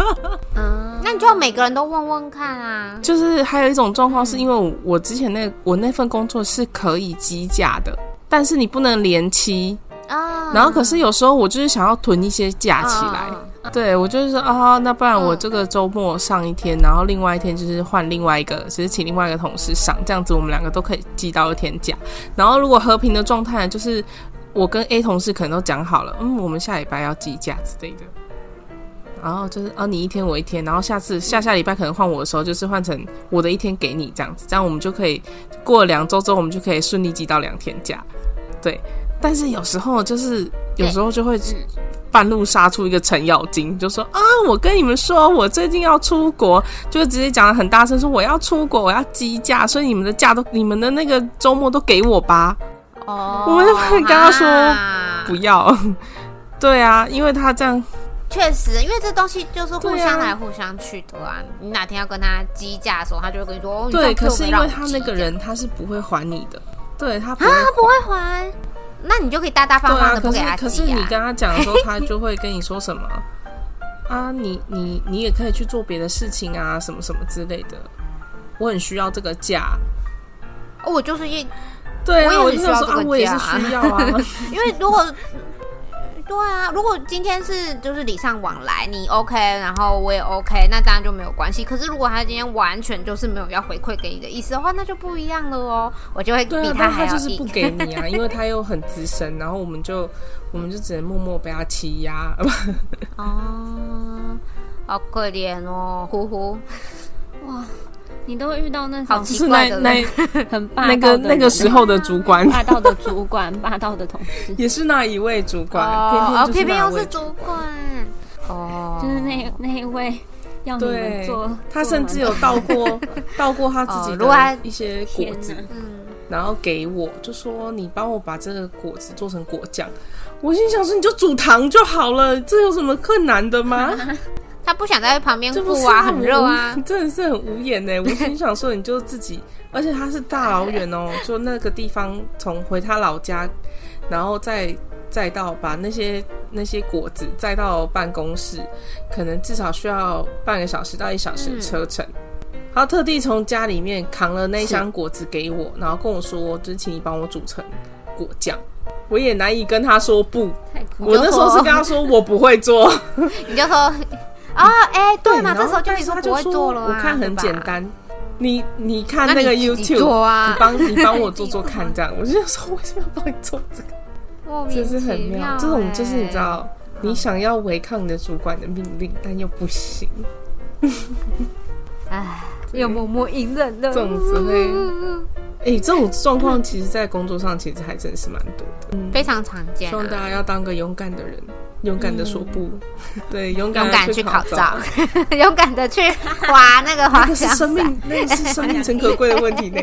[SPEAKER 3] 嗯，
[SPEAKER 1] 那你就就每个人都问问看啊。
[SPEAKER 2] 就是还有一种状况，是因为我我之前那我那份工作是可以积假的，但是你不能连期。
[SPEAKER 1] 啊，
[SPEAKER 2] 然后可是有时候我就是想要囤一些假起来，
[SPEAKER 1] 嗯
[SPEAKER 2] 对我就是说啊，那不然我这个周末上一天，然后另外一天就是换另外一个，只是请另外一个同事上，这样子我们两个都可以记到一天假。然后如果和平的状态，就是我跟 A 同事可能都讲好了，嗯，我们下礼拜要记假之类的。然后就是啊，你一天我一天，然后下次下下礼拜可能换我的时候，就是换成我的一天给你这样子，这样我们就可以过了两周之后，我们就可以顺利记到两天假。对，但是有时候就是有时候就会半路杀出一个程咬金，就说啊，我跟你们说，我最近要出国，就直接讲的很大声说我要出国，我要积假，所以你们的假都你们的那个周末都给我吧，
[SPEAKER 1] 哦，
[SPEAKER 2] 我就会跟他说
[SPEAKER 1] 啊
[SPEAKER 2] 不要。对啊，因为他这样
[SPEAKER 1] 确实，因为这东西就是互
[SPEAKER 2] 对啊
[SPEAKER 1] 相来互相去的啊。你哪天要跟他激架的时候，他就会跟你说：“哦，你上
[SPEAKER 2] 对，
[SPEAKER 1] 次
[SPEAKER 2] 可
[SPEAKER 1] 有
[SPEAKER 2] 是
[SPEAKER 1] 没有
[SPEAKER 2] 因为
[SPEAKER 1] 让我
[SPEAKER 2] 他
[SPEAKER 1] 激
[SPEAKER 2] 那个
[SPEAKER 1] 架
[SPEAKER 2] 人他是不会还你的，对他不
[SPEAKER 1] 啊，
[SPEAKER 2] 会
[SPEAKER 1] 他不会还，那你就可以大大方
[SPEAKER 2] 对
[SPEAKER 1] 方
[SPEAKER 2] 啊，
[SPEAKER 1] 的
[SPEAKER 2] 可
[SPEAKER 1] 不
[SPEAKER 2] 是
[SPEAKER 1] 给他
[SPEAKER 2] 可是你
[SPEAKER 1] 激
[SPEAKER 2] 跟
[SPEAKER 1] 啊。
[SPEAKER 2] 他讲的时候，他就会跟你说什么啊？你你你也可以去做别的事情啊，什么什么之类的。我很需要这个假，
[SPEAKER 1] 哦我就是一，
[SPEAKER 2] 对啊，
[SPEAKER 1] 我
[SPEAKER 2] 我
[SPEAKER 1] 也
[SPEAKER 2] 就
[SPEAKER 1] 很需要
[SPEAKER 2] 想说
[SPEAKER 1] 这
[SPEAKER 2] 啊
[SPEAKER 1] 个，
[SPEAKER 2] 我也是
[SPEAKER 1] 假
[SPEAKER 2] 需要啊。
[SPEAKER 1] 因为如果。对啊，如果今天是就是礼尚往来，你 OK，然后我也 OK，那当然就没有关系。可是如果他今天完全就是没有要回馈给你的意思的话，那就不一样了哦。我就会
[SPEAKER 2] 对
[SPEAKER 1] 比
[SPEAKER 2] 啊，但
[SPEAKER 1] 还
[SPEAKER 2] 他
[SPEAKER 1] 要
[SPEAKER 2] 就是
[SPEAKER 1] 硬。
[SPEAKER 2] 不给 你啊，因为他又很资深，然后我们就我们就只能默默被他 欺压。
[SPEAKER 1] 哦，好可怜哦，呼呼，
[SPEAKER 2] 嗯
[SPEAKER 3] 你都会遇到那
[SPEAKER 1] 好
[SPEAKER 3] 种
[SPEAKER 1] 奇
[SPEAKER 2] 就是
[SPEAKER 1] 怪
[SPEAKER 2] 那
[SPEAKER 1] 的
[SPEAKER 2] 那
[SPEAKER 1] 人
[SPEAKER 3] 很霸道
[SPEAKER 2] 那个
[SPEAKER 3] 的
[SPEAKER 2] 那个
[SPEAKER 3] 人
[SPEAKER 2] 时候的主 管
[SPEAKER 3] 霸道的主管、霸道的同 事，
[SPEAKER 2] 也是那一位主管，
[SPEAKER 1] 哦，
[SPEAKER 2] 偏
[SPEAKER 1] 偏偏
[SPEAKER 2] 偏
[SPEAKER 1] 又
[SPEAKER 2] 就是是
[SPEAKER 1] 主管，哦，
[SPEAKER 3] 就是那那一位要你
[SPEAKER 2] 那
[SPEAKER 3] 们
[SPEAKER 2] 位
[SPEAKER 3] 做
[SPEAKER 2] 对，，他甚至有倒过 倒过他自己
[SPEAKER 1] 哦如果他
[SPEAKER 2] 的一些果
[SPEAKER 3] 天啊
[SPEAKER 2] 子
[SPEAKER 3] 哪，，
[SPEAKER 1] 嗯，
[SPEAKER 2] 然后给我，就说你帮我把这个果子做成果酱。我心想说，你就煮糖就好了，这有什么困难的吗？
[SPEAKER 1] 他不想在旁边
[SPEAKER 2] 这不
[SPEAKER 1] 顾
[SPEAKER 2] 是
[SPEAKER 1] 啊，
[SPEAKER 2] 很
[SPEAKER 1] 很热啊
[SPEAKER 2] 无，，真的是很无眼呢、我心想说，你就自己，而且他是大老远哦，就那个地方从回他老家，然后再再到把那些那些果子再到办公室，可能至少需要半个小时到一小时的车程。他特地从家里面扛了那一箱果子给我，然后跟我说，就是请你帮我煮成果酱。我也难以跟他说不，
[SPEAKER 3] 太酷
[SPEAKER 2] 我那时候是跟他说我不会做。
[SPEAKER 1] 你就说啊， 哎，对嘛，
[SPEAKER 2] 然后
[SPEAKER 1] 这时候就
[SPEAKER 2] 但
[SPEAKER 1] 可以
[SPEAKER 2] 是
[SPEAKER 1] 说
[SPEAKER 2] 他
[SPEAKER 1] 不会
[SPEAKER 2] 说
[SPEAKER 1] 做了啊，
[SPEAKER 2] 我看
[SPEAKER 1] 对
[SPEAKER 2] 很
[SPEAKER 1] 吧
[SPEAKER 2] 简，单，你你看
[SPEAKER 1] 那
[SPEAKER 2] 那个
[SPEAKER 1] 你自己
[SPEAKER 2] YouTube，
[SPEAKER 1] 做啊
[SPEAKER 2] 你帮你 帮我做做看，这样我就想说为什么要帮你做这个，
[SPEAKER 1] 莫
[SPEAKER 2] 真
[SPEAKER 1] 名
[SPEAKER 2] 是很
[SPEAKER 1] 其
[SPEAKER 2] 妙。
[SPEAKER 1] 妙，
[SPEAKER 2] 这种就是你
[SPEAKER 1] 哎
[SPEAKER 2] 知，道，你想要违抗你的主管的命令，但又不行，
[SPEAKER 1] 哎，又默默隐忍的，
[SPEAKER 2] 这种只会
[SPEAKER 1] 嗯
[SPEAKER 2] 哎、这种状况其实，在工作上其实还真是蛮多的。嗯，
[SPEAKER 1] 非常常见
[SPEAKER 2] 希望大
[SPEAKER 1] 啊，
[SPEAKER 2] 家要当个勇敢的人，勇敢的说不，对，勇敢
[SPEAKER 1] 嗯勇
[SPEAKER 2] 地
[SPEAKER 1] 敢
[SPEAKER 2] 去
[SPEAKER 1] 去考
[SPEAKER 2] 照
[SPEAKER 1] 照。， 勇敢的去划那个滑
[SPEAKER 2] 那是
[SPEAKER 1] 翔
[SPEAKER 2] 生
[SPEAKER 1] 伞，
[SPEAKER 2] 命，那是生命诚可贵的问题 呢。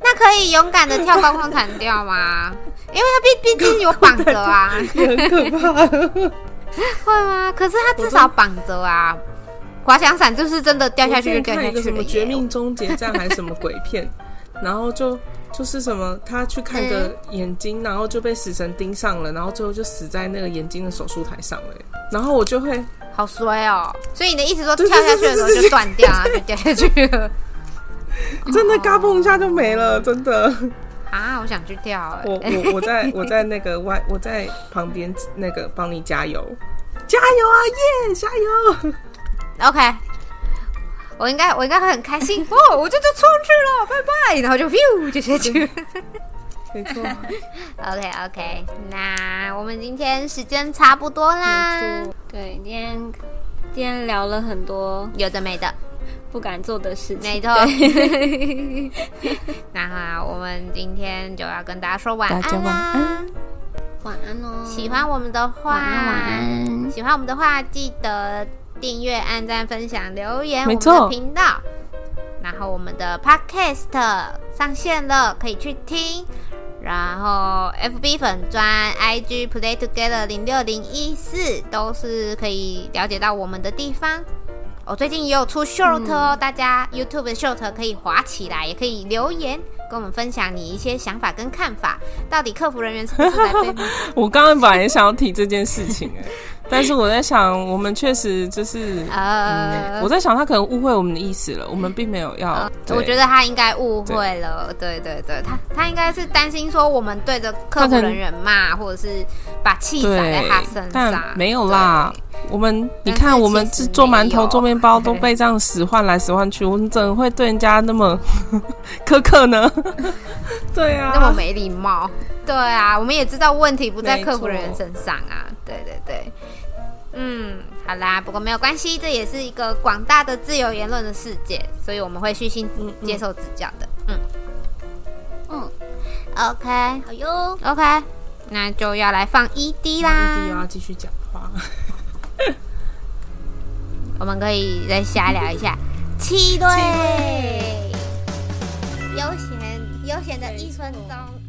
[SPEAKER 1] 那可以勇敢的跳高空弹跳吗？因为他毕毕竟有 绑着啊。
[SPEAKER 2] 也很可怕。
[SPEAKER 1] 会吗？可是他至少绑着啊，滑翔伞就是真的掉下去就
[SPEAKER 2] 我之前
[SPEAKER 1] 掉
[SPEAKER 2] 看
[SPEAKER 1] 下
[SPEAKER 2] 一个
[SPEAKER 1] 去
[SPEAKER 2] 什
[SPEAKER 1] 了
[SPEAKER 2] 么
[SPEAKER 1] 耶。
[SPEAKER 2] 《绝命终结站》还是什么鬼片，然后就就是什么他去看个
[SPEAKER 1] 嗯
[SPEAKER 2] 眼睛，然后就被死神盯上了，然后最后就死在那个眼睛的手术台上了。然后我就会
[SPEAKER 1] 好衰哦！所以你的意思说
[SPEAKER 2] 对
[SPEAKER 1] 跳
[SPEAKER 2] 对
[SPEAKER 1] 下去的时候
[SPEAKER 2] 对对
[SPEAKER 1] 就断掉啊，就掉下去了
[SPEAKER 2] 真的嘎嘣一下就没了，真的。
[SPEAKER 1] 啊！我想去跳
[SPEAKER 2] 我
[SPEAKER 1] 哎、
[SPEAKER 2] 我我在我在那个外我在旁边那个帮你加油，加油啊耶，加油！
[SPEAKER 1] OK，我应该我应该会很开 心哦！我这就冲去了，拜拜！然后就 view 就下去。
[SPEAKER 2] 没错，
[SPEAKER 1] OK OK，那我们今天时间差不多啦
[SPEAKER 2] 没，错
[SPEAKER 3] 对，今天今天聊了很多
[SPEAKER 1] 有的没的。
[SPEAKER 3] 不敢做的事
[SPEAKER 1] 没
[SPEAKER 3] 情，
[SPEAKER 1] 错。 那好，我们今天就要跟大家说晚安啦。
[SPEAKER 2] 大家晚安
[SPEAKER 3] 晚安哦，
[SPEAKER 1] 喜欢我们的话，
[SPEAKER 3] 晚安晚安，
[SPEAKER 1] 喜欢我们的话，记得订阅、按赞、分享、留言我
[SPEAKER 2] 没
[SPEAKER 1] 们
[SPEAKER 2] 错
[SPEAKER 1] 的频道。然后我们的 Podcast 上线了，可以去听。然后 FB 粉专、IG Play Together 零六零一四都是可以了解到我们的地方。我、最近也有出 Short
[SPEAKER 2] 嗯
[SPEAKER 1] 哦，大家 YouTube 的 Short 可以划起来，也可以留言跟我们分享你一些想法跟看法。到底客服人员是不是在被骂？
[SPEAKER 2] 我刚刚本来也想要提这件事情哎、但是我在想，我们确实就是，
[SPEAKER 1] 呃呃
[SPEAKER 2] 嗯，我，在想他可能误会我们的意思了，我们并没有要。对
[SPEAKER 1] 我觉得他应该误会了，对对对，他他应该是担心说我们对着客户
[SPEAKER 2] 他可能
[SPEAKER 1] 人员骂，或者是把气撒在他身上
[SPEAKER 2] 但，没有啦。我们你
[SPEAKER 1] 但
[SPEAKER 2] 看，
[SPEAKER 1] 是
[SPEAKER 2] 我们
[SPEAKER 1] 其
[SPEAKER 2] 是
[SPEAKER 1] 实
[SPEAKER 2] 做
[SPEAKER 1] 没
[SPEAKER 2] 馒头、
[SPEAKER 1] 有
[SPEAKER 2] 做面包都被这样使唤来使唤去，我们怎么会对人家那么 苛刻呢？ 对啊，
[SPEAKER 1] 那么没礼貌。对啊，我们也知道问题不在
[SPEAKER 2] 没
[SPEAKER 1] 客服人员
[SPEAKER 2] 错
[SPEAKER 1] 身上啊。对对对，嗯，好啦，不过没有关系，这也是一个广大的自由言论的世界，所以我们会虚心
[SPEAKER 2] 嗯嗯
[SPEAKER 1] 接受指教的。嗯
[SPEAKER 3] 嗯
[SPEAKER 1] ，OK
[SPEAKER 3] 好哟，
[SPEAKER 1] OK，那就要来放 ED 啦。
[SPEAKER 2] 一定要继续讲话。
[SPEAKER 1] 我们可以再瞎聊一下七对
[SPEAKER 2] 七
[SPEAKER 1] 悠闲悠闲的一分钟。